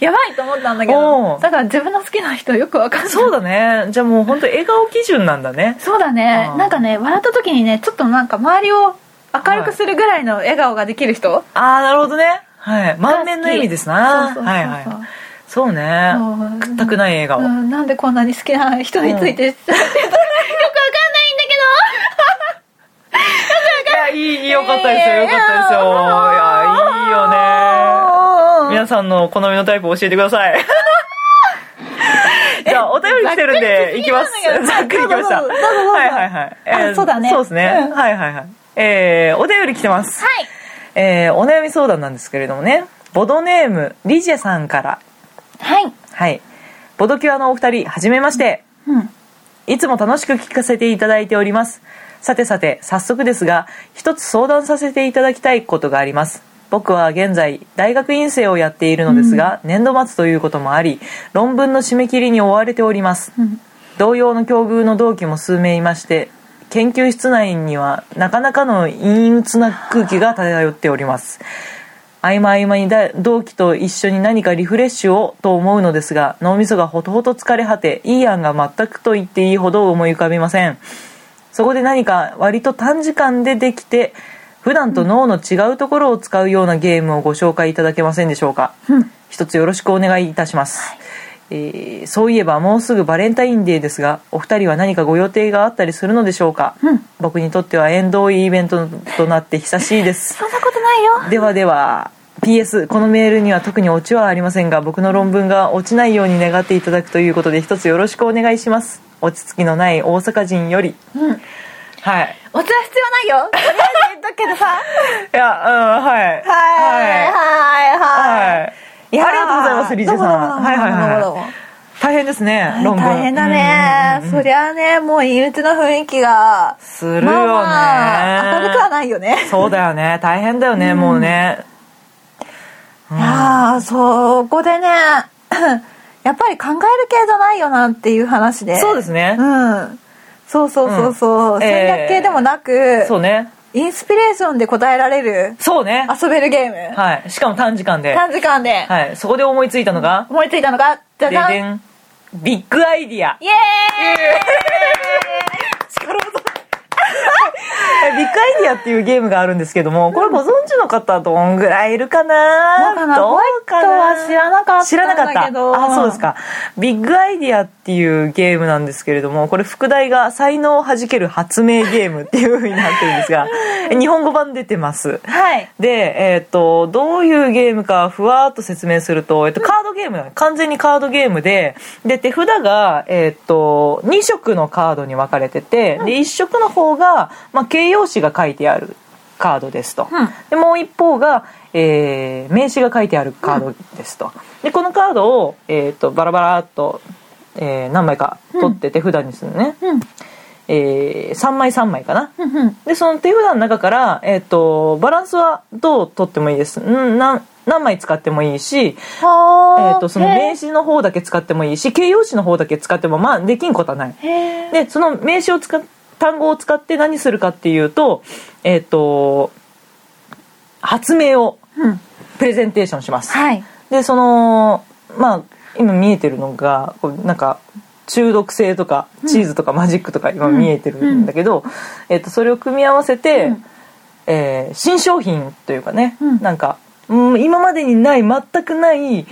S4: やばいと思ったんだけど
S2: おう
S4: だから自分の好きな人よくわかんない
S2: そうだねじゃあもう本当笑顔基準なんだね
S4: そうだね
S2: あー
S4: なんかね笑った時にねちょっとなんか周りを明るくするぐらいの笑顔ができる人、
S2: ああなるほどねはい満面の意味です
S4: そう
S2: な
S4: そうそうそう
S2: はいはいそうね
S4: そう
S2: くったくない笑顔、
S4: うん、なんでこんなに好きな人について、よくわかんないんだけど
S2: いやいいよかったですよよかったですよいやいいよね皆さんの好みのタイプを教えてくだ さいじゃあお便り来てるんで行きますざっくり行きました
S4: どうぞどうぞどうぞどうぞ
S2: はいはいはい、
S4: あそうだね
S2: そうですね、
S4: うん
S2: はいはいはいえー、お便り来てます
S4: はい
S2: えーお悩み相談なんですけれどもねボドネームリジェさんから
S4: はい、
S2: はいボドキュアのお二人はじめまして
S4: うん、
S2: いつも楽しく聞かせていただいておりますさてさて早速ですが一つ相談させていただきたいことがあります僕は現在大学院生をやっているのですが、年度末ということもあり論文の締め切りに追われております、
S4: ん
S2: 同様の境遇の同期も数名いまして研究室内にはなかなかの陰鬱な空気が漂っております合間合間にだ同期と一緒に何かリフレッシュをと思うのですが脳みそがほとほと疲れ果ていい案が全くと言っていいほど思い浮かびませんそこで何か割と短時間でできて普段と脳の違うところを使うようなゲームをご紹介いただけませんでしょうか、一つよろしくお願いいたします、えーそういえばもうすぐバレンタインデーですがお二人は何かご予定があったりするのでしょうか、僕にとっては縁遠いイベントとなって久しいです
S4: そんなことないよ
S2: ではでは PS このメールには特にオチはありませんが僕の論文が落ちないように願っていただくということで一つよろしくお願いします落ち着きのない大阪人より、はい
S4: お茶は必要ないよとりあえず言っとくけどさ
S2: いやうんはい
S4: はい
S2: はい、
S4: はい
S2: いやありがとうございますリジェさんはいはいはい
S4: どうもどうもどうもどうもどうも
S2: 大変ですね、論文
S4: 大変だね、そりゃあねもう陰鬱な雰囲気が
S2: するよね
S4: まあまあ明るくはないよね
S2: そうだよね大変だよね、もうね
S4: いやーそこでね やっぱり考える系じゃないよなっていう話で
S2: そうですね、
S4: うんそうそうそうそう、
S2: うん
S4: 戦略系でもなく、
S2: そうね
S4: インスピレーションで答えられる
S2: そうね
S4: 遊べるゲーム、
S2: はいしかも短時間で、
S4: 短時間で
S2: はい、そこで思いついたのが、
S4: 思いついたのがじゃ
S2: で
S4: じゃんイ
S2: で
S4: エ
S2: んビッグアイディア
S4: ーイ
S2: 力技ビッグアイディアっていうゲームがあるんですけどもこれご存知の方どんぐらいいるか
S4: どう
S2: な
S4: かな
S2: ど
S4: ホ
S2: う
S4: ワイト
S2: かな
S4: は知らなかった
S2: 知らなかった
S4: んだけど
S2: あそうですかビッグアイディアっていうゲームなんですけれどもこれ副題が「才能をはじける発明ゲーム」っていうふうになってるんで すが日本語版出てます
S4: はい
S2: で、えっとどういうゲームかふわーっと説明すると、えっとカードゲームなの完全にカードゲームでで手札が、えっと2色のカードに分かれてて、で1色の方が、まあ、形容詞が書いてあるカードですと、
S4: うん
S2: でもう一方が、えー名詞が書いてあるカードですと、でこのカードを、えっとバラバラっと、えー何枚か取って手札にするのね、
S4: うん
S2: え3枚3枚かな、
S4: うんうん
S2: でその手札の中から、えっとバランスはどう取ってもいいですんなん何枚使ってもいいし、え
S4: は
S2: っとその名詞の方だけ使ってもいいし形容詞の方だけ使ってもまあできんことはない
S4: へー
S2: でその名詞を使っ単語を使って何するかっていうと,、えっと発明を
S4: うん
S2: プレゼンテーションします、
S4: はい
S2: でそのまあ今見えてるのがこうなんか中毒性とかチーズとかマジックとか今見えてるんだけど、えっとそれを組み合わせて、
S4: うん
S2: えー新商品というかね、
S4: うん
S2: なんか、うん、今までにない全くない、
S4: うん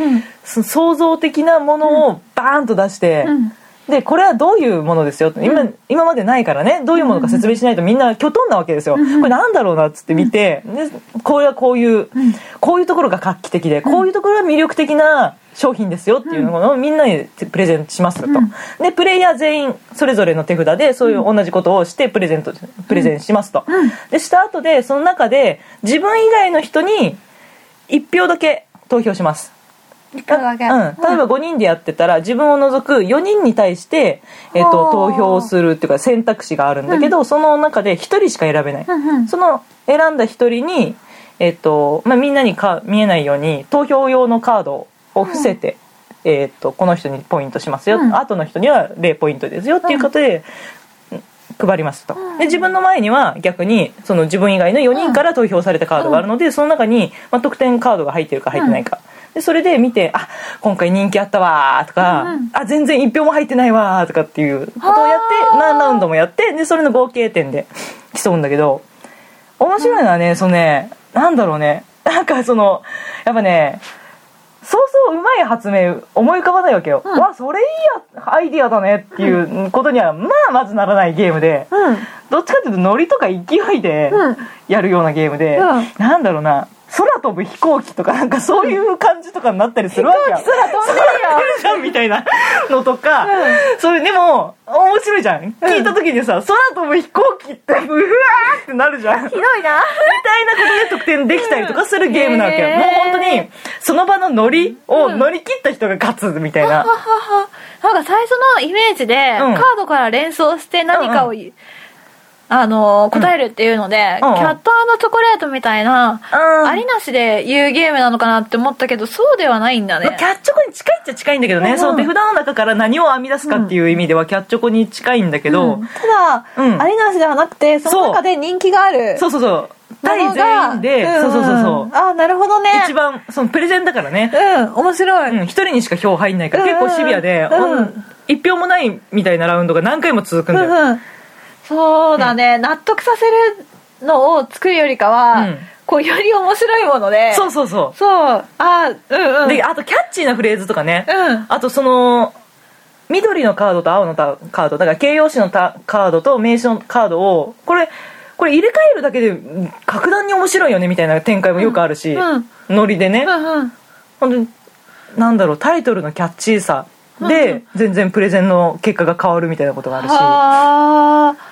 S2: そ創造的なものをバーンと出して、
S4: うん
S2: でこれはどういうものですよって今,、今までないからねどういうものか説明しないとみんなきょとんなわけですよ、これなんだろうなっつって見て、でこれはこういう、こういうところが画期的でこういうところが魅力的な商品ですよっていうのをみんなにプレゼントしますと、
S4: ん
S2: でプレイヤー全員それぞれの手札でそういう同じことをしてプレゼントプレゼンしますと、でした後でその中で自分以外の人に1票だけ投票します
S4: いかが
S2: うん、例えば5人でやってたら自分を除く4人に対して、えっと
S4: あー
S2: 投票するっていうか選択肢があるんだけど、その中で1人しか選べない、
S4: うんうん
S2: その選んだ1人に、えっとまあ、みんなにか見えないように投票用のカードを伏せて、えーっとこの人にポイントしますよ、
S4: うん
S2: 後の人には0ポイントですよっていうことで、配りますと、で自分の前には逆にその自分以外の4人から投票されたカードがあるので、その中に、まあ、得点カードが入ってるか入ってないか、でそれで見て「あ今回人気あったわ」とか、
S4: うん
S2: あ全然1票も入ってないわ」とかっていうことをやって何ラウンドもやってでそれの合計点で競うんだけど面白いのはね、そのねなんだろうねなんかそのやっぱねそうそううまい発明思い浮かばないわけよ、
S4: うん
S2: わそれいいやアイディアだねっていうことにはまあまずならないゲームで、
S4: うん
S2: どっちかっていうとノリとか勢いで
S4: うん
S2: やるようなゲームで、
S4: うん
S2: なんだろうな空飛ぶ飛行機とかなんかそういう感じとかになったりするわけよ
S4: 飛行機空飛んでるよ
S2: じゃんみたいなのとか、
S4: う
S2: それでも面白いじゃん聞いた時にさ、空飛ぶ飛行機ってうわーってなるじゃん
S4: ひどいな
S2: みたいなことで得点できたりとかするゲームなわけ
S4: う
S2: よ、
S4: んへー
S2: もう本当にその場のノリを乗り切った人が勝つみたい
S4: な
S2: な、
S4: んか最初のイメージで、
S2: うん
S4: カードから連想して何かを、あのー答えるっていうので、
S2: うんうん
S4: キャットチョコレートみたいな、
S2: うん
S4: ありなしで言うゲームなのかなって思ったけどそうではないんだね
S2: まあ、キャッチョコに近いっちゃ近いんだけどね、
S4: うん
S2: その手札の中から何を編み出すかっていう意味ではキャッチョコに近いんだけ
S4: う
S2: ど、
S4: んただ、
S2: うん
S4: ありなしではなくてその
S2: そう
S4: 中で人気がある
S2: そうそうそう
S4: も
S2: 対
S4: のが
S2: 全員で、
S4: ん
S2: そうそうそうそう、
S4: あーなるほどね
S2: 一番そのプレゼンだからね
S4: うん面白い、
S2: うん、1人にしか票入んないから
S4: うん
S2: 結構シビアで、
S4: うん
S2: 1票もないみたいなラウンドが何回も続くんだよ、
S4: うんうんそうだね、納得させるのを作るよりかは、
S2: うん
S4: こうより面白いもので
S2: そうそうそう
S4: そうあーうんうん
S2: であとキャッチーなフレーズとかね、
S4: うん
S2: あとその緑のカードと青のたカードだから形容詞のたカードと名詞のカードをこれこれ入れ替えるだけでうん格段に面白いよねみたいな展開もよくあるし、
S4: うん
S2: ノリでね、
S4: うんうん
S2: 本当になんだろうタイトルのキャッチーさ
S4: う
S2: で全然プレゼンの結果が変わるみたいなことがあるし
S4: はあ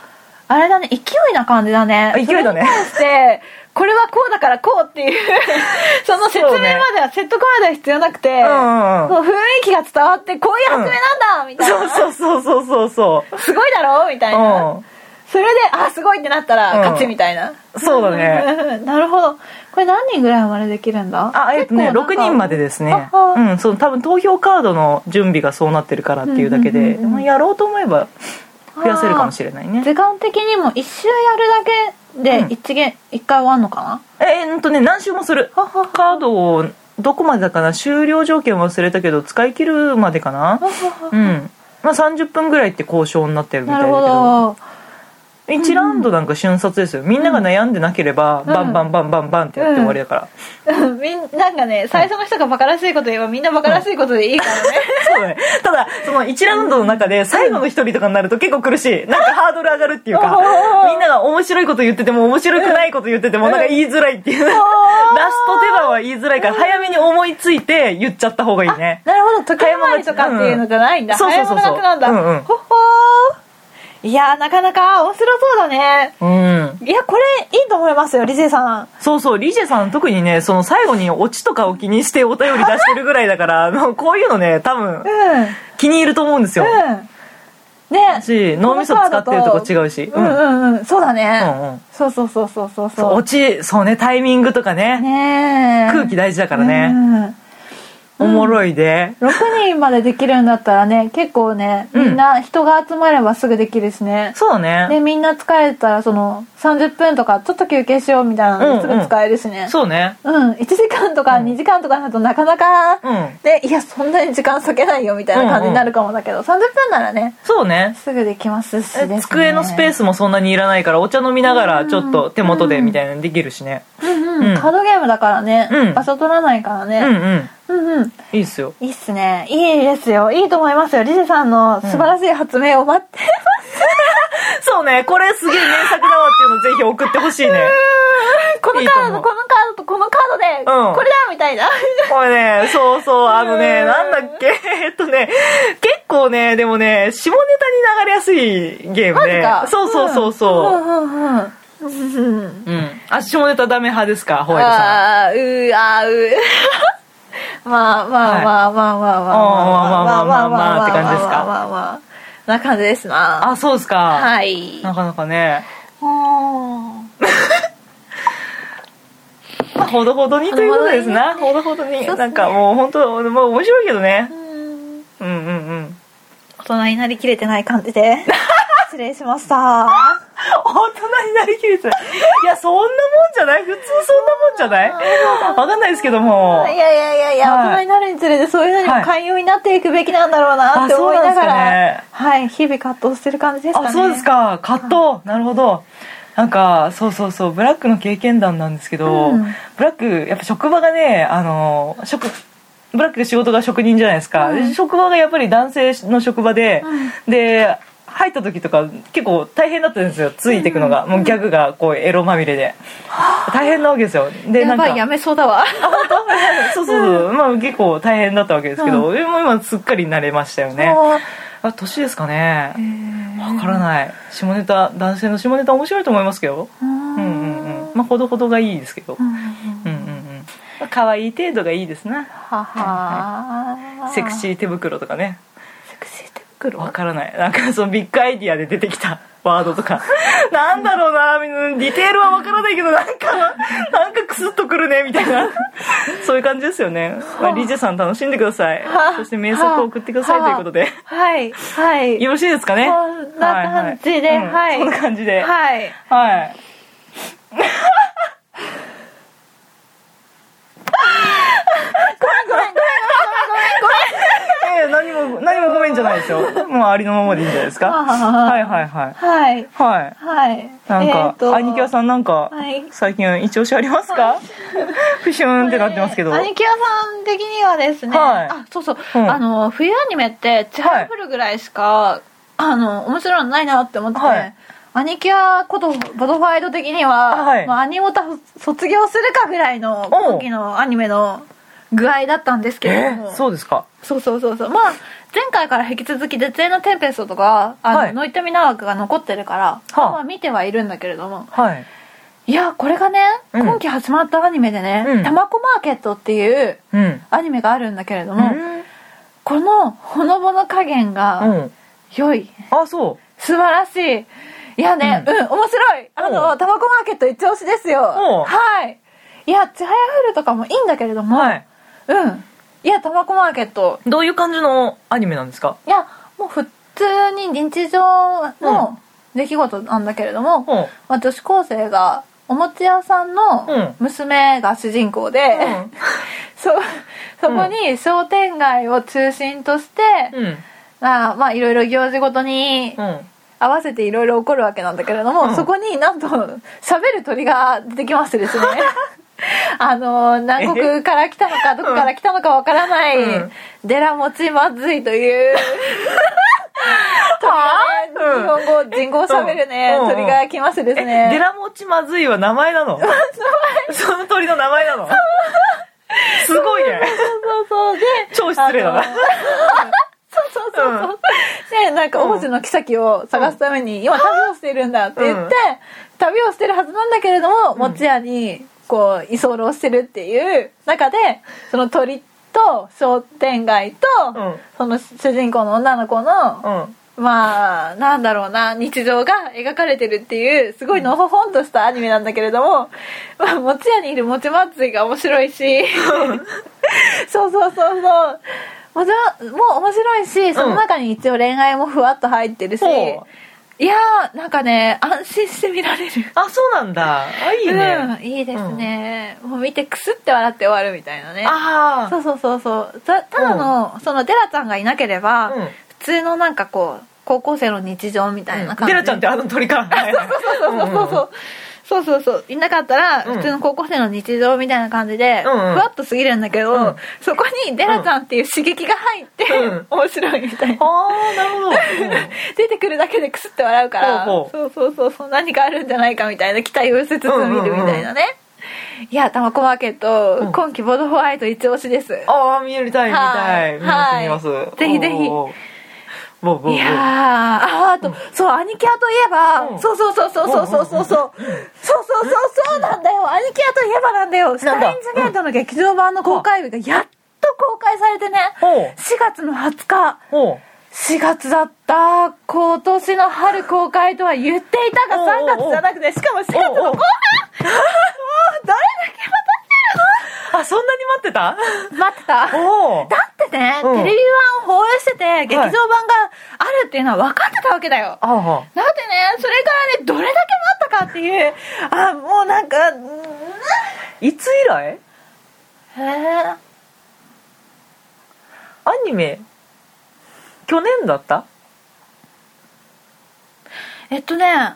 S4: あれだね勢いな感じだね
S2: あ勢いだ
S4: それ
S2: ね
S4: に関してこれはこうだからこうって いうその説明
S2: そ
S4: ま
S2: うね
S4: では説得までは必要なくて、
S2: うんうんうん
S4: もう雰囲気が伝わってこういう発明なんだ、みたいな
S2: そうそうそうそうそうそ
S4: すごいだろうみたいな、
S2: ううん
S4: それであすごいってなったら
S2: うん
S4: 勝ちみたいな、
S2: そうだね
S4: なるほどこれ何人ぐらいまでできるんだ
S2: あえっとね
S4: 結構なんか
S2: 6人までですね
S4: ああ
S2: うんその多分投票カードの準備がそうなってるからっていうだけ
S4: うんうん
S2: で、
S4: うんうん
S2: まあやろうと思えば増やせるかもしれないね
S4: 時間的にも1周やるだけで1ゲ、一回終わんのかな
S2: えー、っとね何周もする
S4: ははは
S2: カードをどこまでだかな終了条件忘れたけど使い切るまでかなうんまあ30分ぐらいって交渉になってるみた
S4: ない
S2: だ
S4: る
S2: け
S4: ほ
S2: ど
S4: ど
S2: 1ラウンドなんか瞬殺ですよみんなが悩んでなければ、バンバンバンバンバンってやって終わりだから、
S4: うん みんなんかね最初の人がバカらしいこと言えばみんなバカらしいことでいい からね、
S2: そうだねただその1ラウンドの中で最後の1人とかになると結構苦しいなんかハードル上がるっていうか
S4: うん
S2: みんなが面白いこと言ってても面白くないこと言っててもなんか言いづらいっていうラスト手番は言いづらいから早めに思いついて言っちゃった方がいいね
S4: なるほど時計回りとかっていうのじゃないんだ、
S2: うんそうそ
S4: 早
S2: うそうそう
S4: 物楽なんだ、
S2: うんうん
S4: ほほーいやーなかなか面白そうだね
S2: うん
S4: いやこれいいと思いますよリゼさん
S2: そうそうリジェさん特にねその最後にオチとかを気にしてお便り出してるぐらいだからあのこういうのね多分
S4: うんうん
S2: 気に入ると思うんですよ、
S4: ね
S2: し脳みそ使ってるとこ違うし
S4: うんうんうんそうだね、
S2: うんうん
S4: そうそうそうそうそう
S2: そう
S4: そ
S2: オチそうねタイミングとかね
S4: うねえ
S2: 空気大事だからね、
S4: うん
S2: おもろいで、
S4: 6人までできるんだったらね結構ね
S2: うん
S4: みんな人が集まればすぐできるしね、
S2: そうだ
S4: で
S2: ね
S4: みんな疲れたらその30分とかちょっと休憩しようみたいなのです
S2: うん
S4: ぐ
S2: うん
S4: 使えるしね、
S2: そうね
S4: うん1時間とか2時間とかだとなかなか、
S2: うん
S4: でいやそんなに時間割けないよみたいな感じになるかもだけど、30分ならね
S2: そうね
S4: すぐできますしで
S2: え
S4: す、ね、
S2: 机のスペースもそんなにいらないからお茶飲みながらちょっと手元でみたいなのできるしね
S4: うんう
S2: う
S4: んん、カードゲームだからね、
S2: うん
S4: 場所取らないから
S2: うんう
S4: ね、
S2: ん
S4: うん、うん
S2: いいっすよ
S4: いいっすねいいですよいいと思いますよリゼさんの素晴らしい発明を待って
S2: そうねこれすげえ名作だわっていうのぜひ送ってほしいね
S4: この
S2: いいと
S4: カー
S2: 思う
S4: ドこのカードとこのカードで、
S2: うん
S4: これだみたいな
S2: これねそうそうあのね
S4: うん
S2: なんだっけ えっとね結構ねでもね下ネタに流れやすいゲームで
S4: マジか
S2: そうそうそう
S4: う
S2: そ
S4: んうんうんうんうん
S2: う、うん、あ下ネタダメ派ですかホワイトさん
S4: ああうーあーうーまあまあまあまあまあまあまあまあまあまあ
S2: あーまあまあまあまあまあって感じですか
S4: まあまあまあな感じですな
S2: あそうですか
S4: はい
S2: なかなかね
S4: うん
S2: まあほどほどにということですな。ほどほどに。なんかもう本当、まあ面白いけどね。
S4: う
S2: うんうんうん
S4: 大人になりきれてない感じで失礼しました
S2: 大人になりきれてないいやそんなもんじゃない普通そんなもんじゃないわかんないですけども
S4: いやいやいやいや、
S2: はい
S4: 大人になるにつれてそういうのに
S2: は
S4: も
S2: い
S4: 寛容になっていくべきなんだろうなって
S2: あそ
S4: 思
S2: う
S4: い
S2: な
S4: な
S2: んです
S4: が
S2: かね
S4: ら、はい日々葛藤してる感じですかね
S2: あそうですか葛藤、なるほどなんかそうそうそうブラックの経験談なんですけど、
S4: うん
S2: ブラックやっぱ職場がねあの職ブラック仕事が職人じゃないですか、
S4: うん
S2: で職場がやっぱり男性の職場で、で入った時とか結構大変だったんですよついてくのが、もうギャグがこうエロまみれで大変なわけですよで
S4: や
S2: なんか
S4: ばいやめそうだわ
S2: そうそうそう、まあ結構大変だったわけですけど、でも今すっかり慣れましたよね
S4: もう
S2: あ年ですかねわからない下ネタ男性の下ネタ面白いと思いますけどうんうんうんまあほどほどがいいですけどうんうんうんまあ可愛い程度がいいですな
S4: はは
S2: セクシー手袋とかね
S4: セクシー手
S2: わ
S4: 袋
S2: からないなんかそのビッグアイディアで出てきたワード とかなんだろうなみんなディテールはわからないけどなんかなんかクスッとくるねみたいなそういう感じですよね、まあ、リジェさん楽しんでください
S4: はあ
S2: そして名作を送ってください
S4: はあ
S2: ということで
S4: はいはい
S2: よろしいですかね
S4: そんな感じで
S2: はい
S4: はい
S2: はいうんそんな感じで
S4: はい
S2: はい。いやいや何も何もごめんじゃないですよ。もうありのままでいいんじゃないですか。
S4: あー
S2: はいはいはい
S4: はい
S2: はい。
S4: はい
S2: なん
S4: え
S2: か、
S4: ーと
S2: 兄貴はさんなんか、
S4: はい
S2: 最近一押しありますか？ふしゅんってなってますけど。
S4: 兄貴屋さん的にはですね、
S2: はい
S4: あそうそう、
S2: うん
S4: あの冬アニメってちはやふるぐらいしか、あの面白いのないなって思ってて、
S2: はい
S4: 兄貴屋ことボドファイド的には、
S2: はい
S4: まあ、アニオタ卒業するかぐらいの
S2: おう
S4: 今期のアニメの具合だったんですけれ
S2: え
S4: ども、
S2: ー、そうですか。
S4: そうそうそうそうまあ前回から引き続き「絶縁のテンペスト」とか「あの
S2: はい
S4: ノイタミナワーク」が残ってるから、
S2: はあ
S4: まあ見てはいるんだけれども
S2: はい。
S4: いやこれがね、
S2: うん
S4: 今期始まったアニメでね
S2: う
S4: 「
S2: ん
S4: たまこマーケット」っていう
S2: うん。
S4: アニメがあるんだけれど
S2: う
S4: も、
S2: ん。
S4: このほのぼの加減が
S2: うん。
S4: 良い
S2: あ、そ
S4: 素晴らしいいやね
S2: う
S4: うん、面白いあ
S2: お
S4: の
S2: う
S4: タバコマーケット一押しですよ
S2: おう
S4: はいいや「ちはやふる」とかもいいんだけれど
S2: う。
S4: も、
S2: はい。
S4: うんいやタバコマーケット
S2: どういう感じのアニメなんですか？
S4: いやもう普通に日常の出来事なんだけれども、
S2: うん。
S4: まあ、女子高生がおもちゃ屋さん
S2: うん
S4: の娘が主人公で、 そそこに商店街を中心として、
S2: うん。
S4: まあまあいろいろ行事ごとに
S2: うん。
S4: 合わせていろいろ起こるわけなんだけれども、
S2: うん
S4: そこになんと喋る鳥が出てきましてですね あの南国から来たのかどこから来たのかわからない、
S2: うん
S4: デラモチマズイという鳥がね
S2: はあ
S4: 日本語人語を喋るね、
S2: うん
S4: 鳥が来ましてです
S2: え、デ
S4: ね
S2: ラモチまずいは名前なのその鳥の名前なのすごいね。
S4: そうそうそうで
S2: 超失礼だな
S4: あのそうそうそうそう、でなんか王子の妃を探すために、今旅をしているんだって言って、
S2: うん
S4: 旅をしてるはずなんだけれども持ち屋にこう居候してるっていう中でその鳥と商店街と、
S2: うん
S4: その主人公の女の子の、まあなんだろうな日常が描かれてるっていうすごいのほほんとしたアニメなんだけれども、まあ、持ち屋にいるもちまついが面白いし そうそうそうそうもちろんもう面白いしその中に一応恋愛もふわっと入ってるし、
S2: ほ
S4: いやーなんかね安心して見られる
S2: あ、そうなんだ。あ、いいね。
S4: うん、いいですね、もう見てクスって笑って終わるみたいなね
S2: あ
S4: そうそうそうそうたただの、そのデラちゃんがいなければ、
S2: うん
S4: 普通のなんかこう高校生の日常みたいな
S2: あ。
S4: 感
S2: デ
S4: じ、
S2: ラちゃんってあの鳥か。はい
S4: そうそうそうそうそうそうそういなかったら
S2: うん
S4: 普通の高校生の日常みたいな感じで、
S2: うんうん
S4: ふわっと過ぎるんだけど、
S2: うん
S4: そこにデラちゃんっていう刺激が入って、
S2: うん
S4: 面白いみたいな、
S2: あー、なるほど。
S4: 出てくるだけでクスって笑うから
S2: ほう
S4: そうそうそうそう何かあるんじゃないかみたいな期待を寄せつつ見るみたいなね、いやタマコマーケット、
S2: うん
S4: 今季ボードホワイト一押しです
S2: ああ、見えるたい、見たい。見
S4: はい
S2: ます、見ます。
S4: ぜひぜひ
S2: おー。ぼうぼうぼう
S4: いやーああと、そうアニキアといえば、
S2: うん
S4: そうそうそうそうそうそうそうそうそうそうそうそうなんだよアニキアといえばなんだよスタインズゲートの劇場版の公開日がやっと公開されてね
S2: おう
S4: 4月の20日
S2: おう
S4: 4月だった今年の春公開とは言っていたが3月じゃなくてしかも4月の
S2: おうおう
S4: 後半もうどれだけ
S2: あ、そんなに待ってた
S4: 待ってた
S2: お お
S4: だっててね、
S2: うん
S4: テレビ版を放映してて劇場版があるっていうのは分かってたわけだよ、
S2: ああ
S4: だってねそれからねどれだけ待ったかっていうあもうなんかうん
S2: いつ以来
S4: へえ
S2: アニメ去年だった
S4: えっとね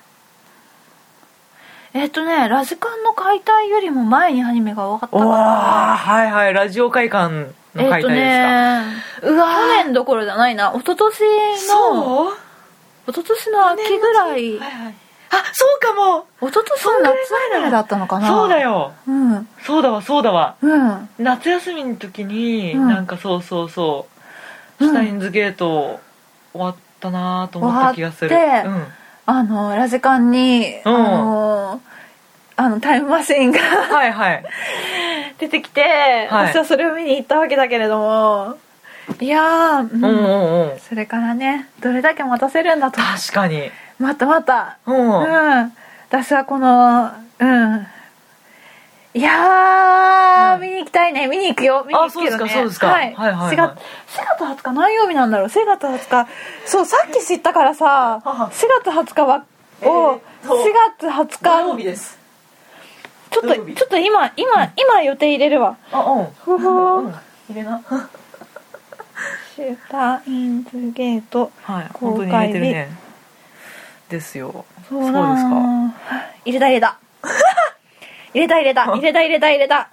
S4: えっとねラジカンの解体よりも前にアニメが多かった
S2: お
S4: か
S2: ー
S4: ら
S2: はいはいラジオ会館の
S4: えっ
S2: 解体です
S4: と
S2: か、
S4: ねうわ去年どころじゃないな一昨年の
S2: そう
S4: 一昨年の秋ぐらい一
S2: はいはいあそうかも
S4: 昨年の夏アニメだったのかな
S2: そうだよ
S4: うん
S2: そうだわそうだわ
S4: うん
S2: 夏休みの時に、
S4: うん
S2: なんかそうそうそう、
S4: うん
S2: シュタインズゲート終わったなと思った気がする
S4: 終わって
S2: うん
S4: あのラジカンに、
S2: うん
S4: あのあのタイムマシーンが
S2: はいはい
S4: 出てきて、
S2: はい
S4: 私はそれを見に行ったわけだけれどもいやー、う
S2: うんんうんうん
S4: それからねどれだけ待たせるんだと
S2: 確かに
S4: またまた
S2: うん、
S4: うん私はこのうんいやー、
S2: うん
S4: 見に行きたいね見に行くよ見に行くけど、ね、
S2: あそうですかそう
S4: は
S2: で
S4: い
S2: すかはいはいは
S4: 4
S2: い
S4: 月4月20日何曜日なんだろう4月20日そうさっき知ったからさ4
S2: は
S4: 月20日はを、
S2: えーそう
S4: 4月20日
S2: です
S4: ちょっ
S2: 土
S4: と
S2: 曜日
S4: ちょっと今今今予定入れるわ
S2: あうん
S4: ふふ
S2: 入れな
S4: シュタインズゲート
S2: はい本
S4: 公
S2: 当に
S4: 開
S2: 入
S4: 日
S2: れてるねですよそう
S4: だ
S2: ですか
S4: 入れた入れた入れた入れた入れた入れた入れた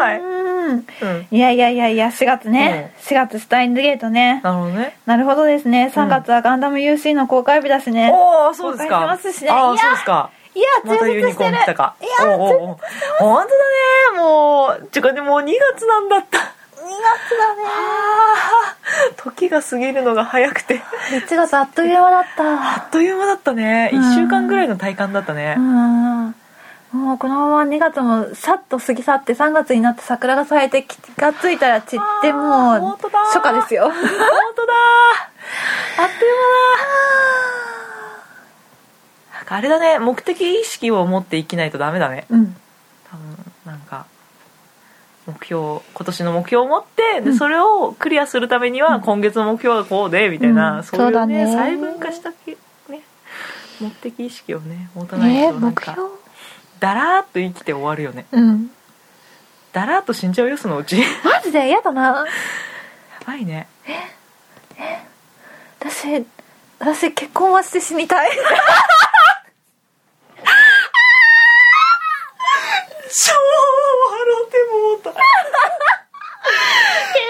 S2: はいう
S4: うん
S2: うん
S4: いやいやいやいや4月ね、4月スタインズゲートね
S2: なるほどね
S4: なるほどですね3月はガンダム UC の公開日だしね、
S2: おおそうです
S4: 公開
S2: か
S4: してますしね
S2: あ
S4: いや
S2: あそうですか
S4: いや
S2: また
S4: 充
S2: ユ
S4: 実
S2: ニ
S4: し
S2: コ
S4: て
S2: ーン
S4: る
S2: 来たか
S4: いや
S2: おうおうおう本当だねもうちゅうかねもう2月なんだった
S4: 2月だ
S2: あー時が過ぎるのが早くて
S4: ね1月あっという間だっ
S2: あ
S4: た
S2: っという間だったね
S4: うん
S2: 1週間ぐらいの体感だったね
S4: うんもうこのまま2月もさっと過ぎ去って3月になって桜が咲いて気がついたら散って
S2: あー
S4: もう
S2: 本当だ
S4: 初夏ですよ
S2: 本当だあっという間だなんかあれだね目的意識を持って生きないとダメだね
S4: うん
S2: 多分なんか目標今年の目標を持って
S4: う
S2: で、
S4: ん
S2: それをクリアするためには今月の目標はこうでみたいな、
S4: うん
S2: そうい
S4: そう
S2: う
S4: だ
S2: ね
S4: ね
S2: 細分化したけね目的意識をね持たない
S4: ね
S2: となん
S4: 目
S2: か、
S4: 標
S2: だらーっと生きて終わるよね
S4: うん
S2: だらーっと死んじゃうよその うちや
S4: マジでやだな
S2: ばいね
S4: 私私結婚はして死に たい
S2: 超笑ってもうた
S4: 結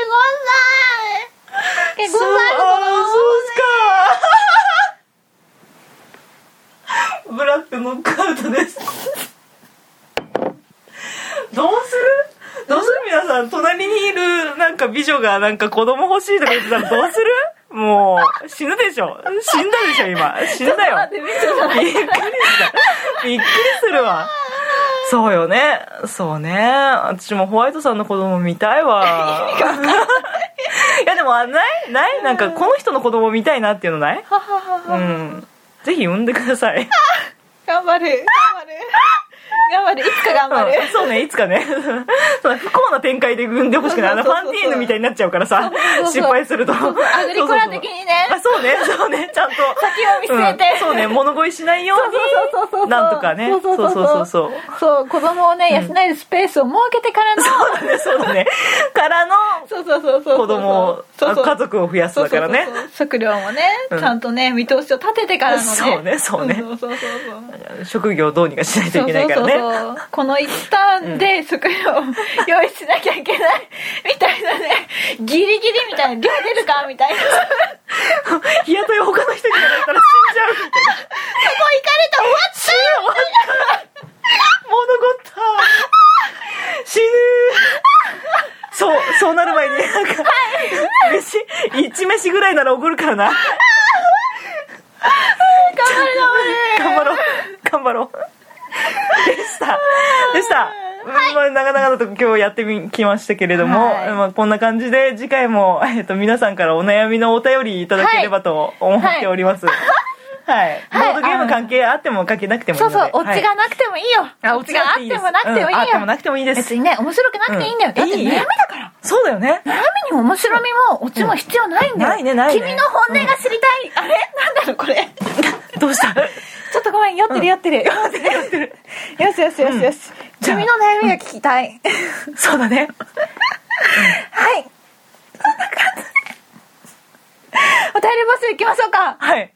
S4: 婚したい結婚
S2: そうそうっすかブラックノックアウトですどうするどうする皆さん隣にいるなんか美女がなんか子供欲しいとか言ってたらどうするもう死ぬでしょ死んだでしょ今死ぬだよびっくりしたびっくりするわそうよねそうね私もホワイトさんの子供見たいわ いやでもあないないなんかこの人の子供見たいなっていうのないうんぜひ産んでください
S4: 頑張る頑張る頑張るいつか頑張る
S2: うんそうねいつかね そう不幸な展開で産んでほしくないあのフ
S4: そう
S2: ァ
S4: そう
S2: ン
S4: そうそう
S2: ティーヌみたいになっちゃうからさ
S4: そうそう
S2: 失敗するとア
S4: アグリコラ的にね
S2: あそうねそうねちゃんと
S4: 先を見据えて
S2: うんそうね物乞いしないように
S4: そうそうそうそうそう
S2: なんとかね
S4: そうそうそうそう
S2: そうそうそう
S4: そう子供をね
S2: うん
S4: 養えるスペースを設けてからの
S2: そうだねそうだねからの
S4: そうそうそうそう
S2: 子供を
S4: そうそう
S2: あ家族を増やすだからね
S4: そうそうそう食料もね
S2: うん
S4: ちゃんとね見通しを立ててからのね
S2: そうねそうね
S4: そうそうそうそう
S2: 職業をどうにかしないと
S4: そ
S2: いうけないから
S4: そう
S2: ね
S4: そうそうこの一旦で食料を用意しなきゃいけない みたいなねギリギリみたいな量出るかみたいなそこ行か
S2: 日雇いを他の人にやられたら死んじゃうみたいな
S4: れたら終わっちゃうよ
S2: 物ごった死ぬそうそうなる前になんか飯一飯ぐらいならおごるからな頑張ろう頑張ろうでしたでしたまあ、長々と今日やってみきましたけれども、
S4: はい
S2: まあ、こんな感じで次回も、えっと、皆さんからお悩みのお便りいただければと思っております。はいはい。ボ
S4: はい
S2: ードゲーム関係あっても関係なくてもいい
S4: そ
S2: の
S4: う
S2: で。
S4: そう、オ
S2: はい
S4: チがなくてもいいよ。
S2: あ
S4: オチがあってもなくてもいい
S2: うんあ
S4: よ
S2: っ。てもなくてもいいです
S4: 別。にね、面白くなくていいんだよ。
S2: うん
S4: だって悩みだから。
S2: そうだよね。
S4: 悩みに面白みもオチも必要ないんだよ。
S2: うんないねないね
S4: 君の本音が知りたい。あれなんだろう、これ。
S2: どうした
S4: ちょっとごめん、酔ってる酔ってる。酔ってる酔ってる。よしよしよしよし。
S2: じゃあ
S4: 君の悩みが聞きたい。
S2: そうだね。
S4: はい。そんな感じで。お便り募集行きましょうか。
S2: は
S4: は
S2: い。
S4: い。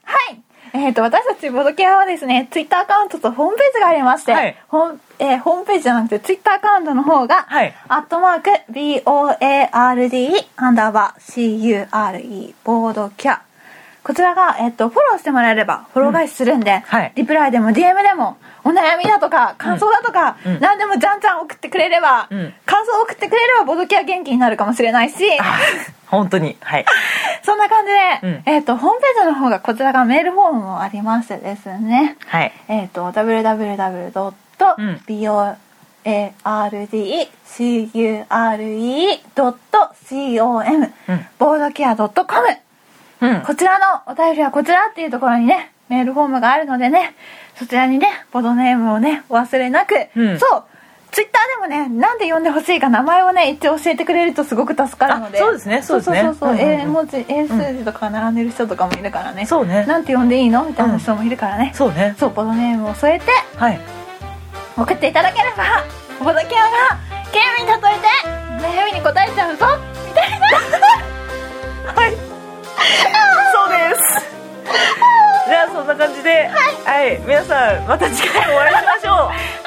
S4: えっ、と、私たちボドキアはですね、ツイッターアカウントとホームページがありまして、
S2: はい
S4: ほんえーホームページじゃなくてツイッターアカウントの方が、
S2: はい
S4: アットマーク、BOARD、アンダーバー、CURE、ボードキャ。こちらが、えっ、と、フォローしてもらえれば、フォロー返しするんで、
S2: はい
S4: リプライでも DM でも、お悩みだとか、感想だとか、
S2: うん
S4: 何でもじゃんじゃん送ってくれれば、
S2: うん
S4: 感想を送ってくれれば、ボドキア元気になるかもしれないし、
S2: あ本当に。はい。
S4: そんな感じで、
S2: うん
S4: えっ、と、ホームページの方がこちらがメールフォームもありましてですね、
S2: はい。
S4: えっ、と、
S2: ん
S4: www.boardcure.com、
S2: うん
S4: ボードケア .com、
S2: うん。
S4: こちらのお便りはこちらっていうところにね、メールフォームがあるのでね、そちらにね、ボドネームをね、お忘れなく、
S2: うん
S4: そう、ツイッターでもね、なんで呼んでほしいか名前をね、一応教えてくれるとすごく助かるので。
S2: あそうですねそうですね
S4: そうそうそう、
S2: うんうんうん
S4: A 文字、A 数字とか並んでる人とかもいるからね。
S2: そうね。
S4: なんて呼んでいいのみたいな人もいるからね。
S2: そうね。
S4: そう、ボドネームを添えて
S2: はい。
S4: 送っていただければ、ボドケアがゲームに例えて悩みに答えちゃうぞみたいな。
S2: そうです。じゃあそんな感じで、はい、皆さんまた次回お会いしましょう。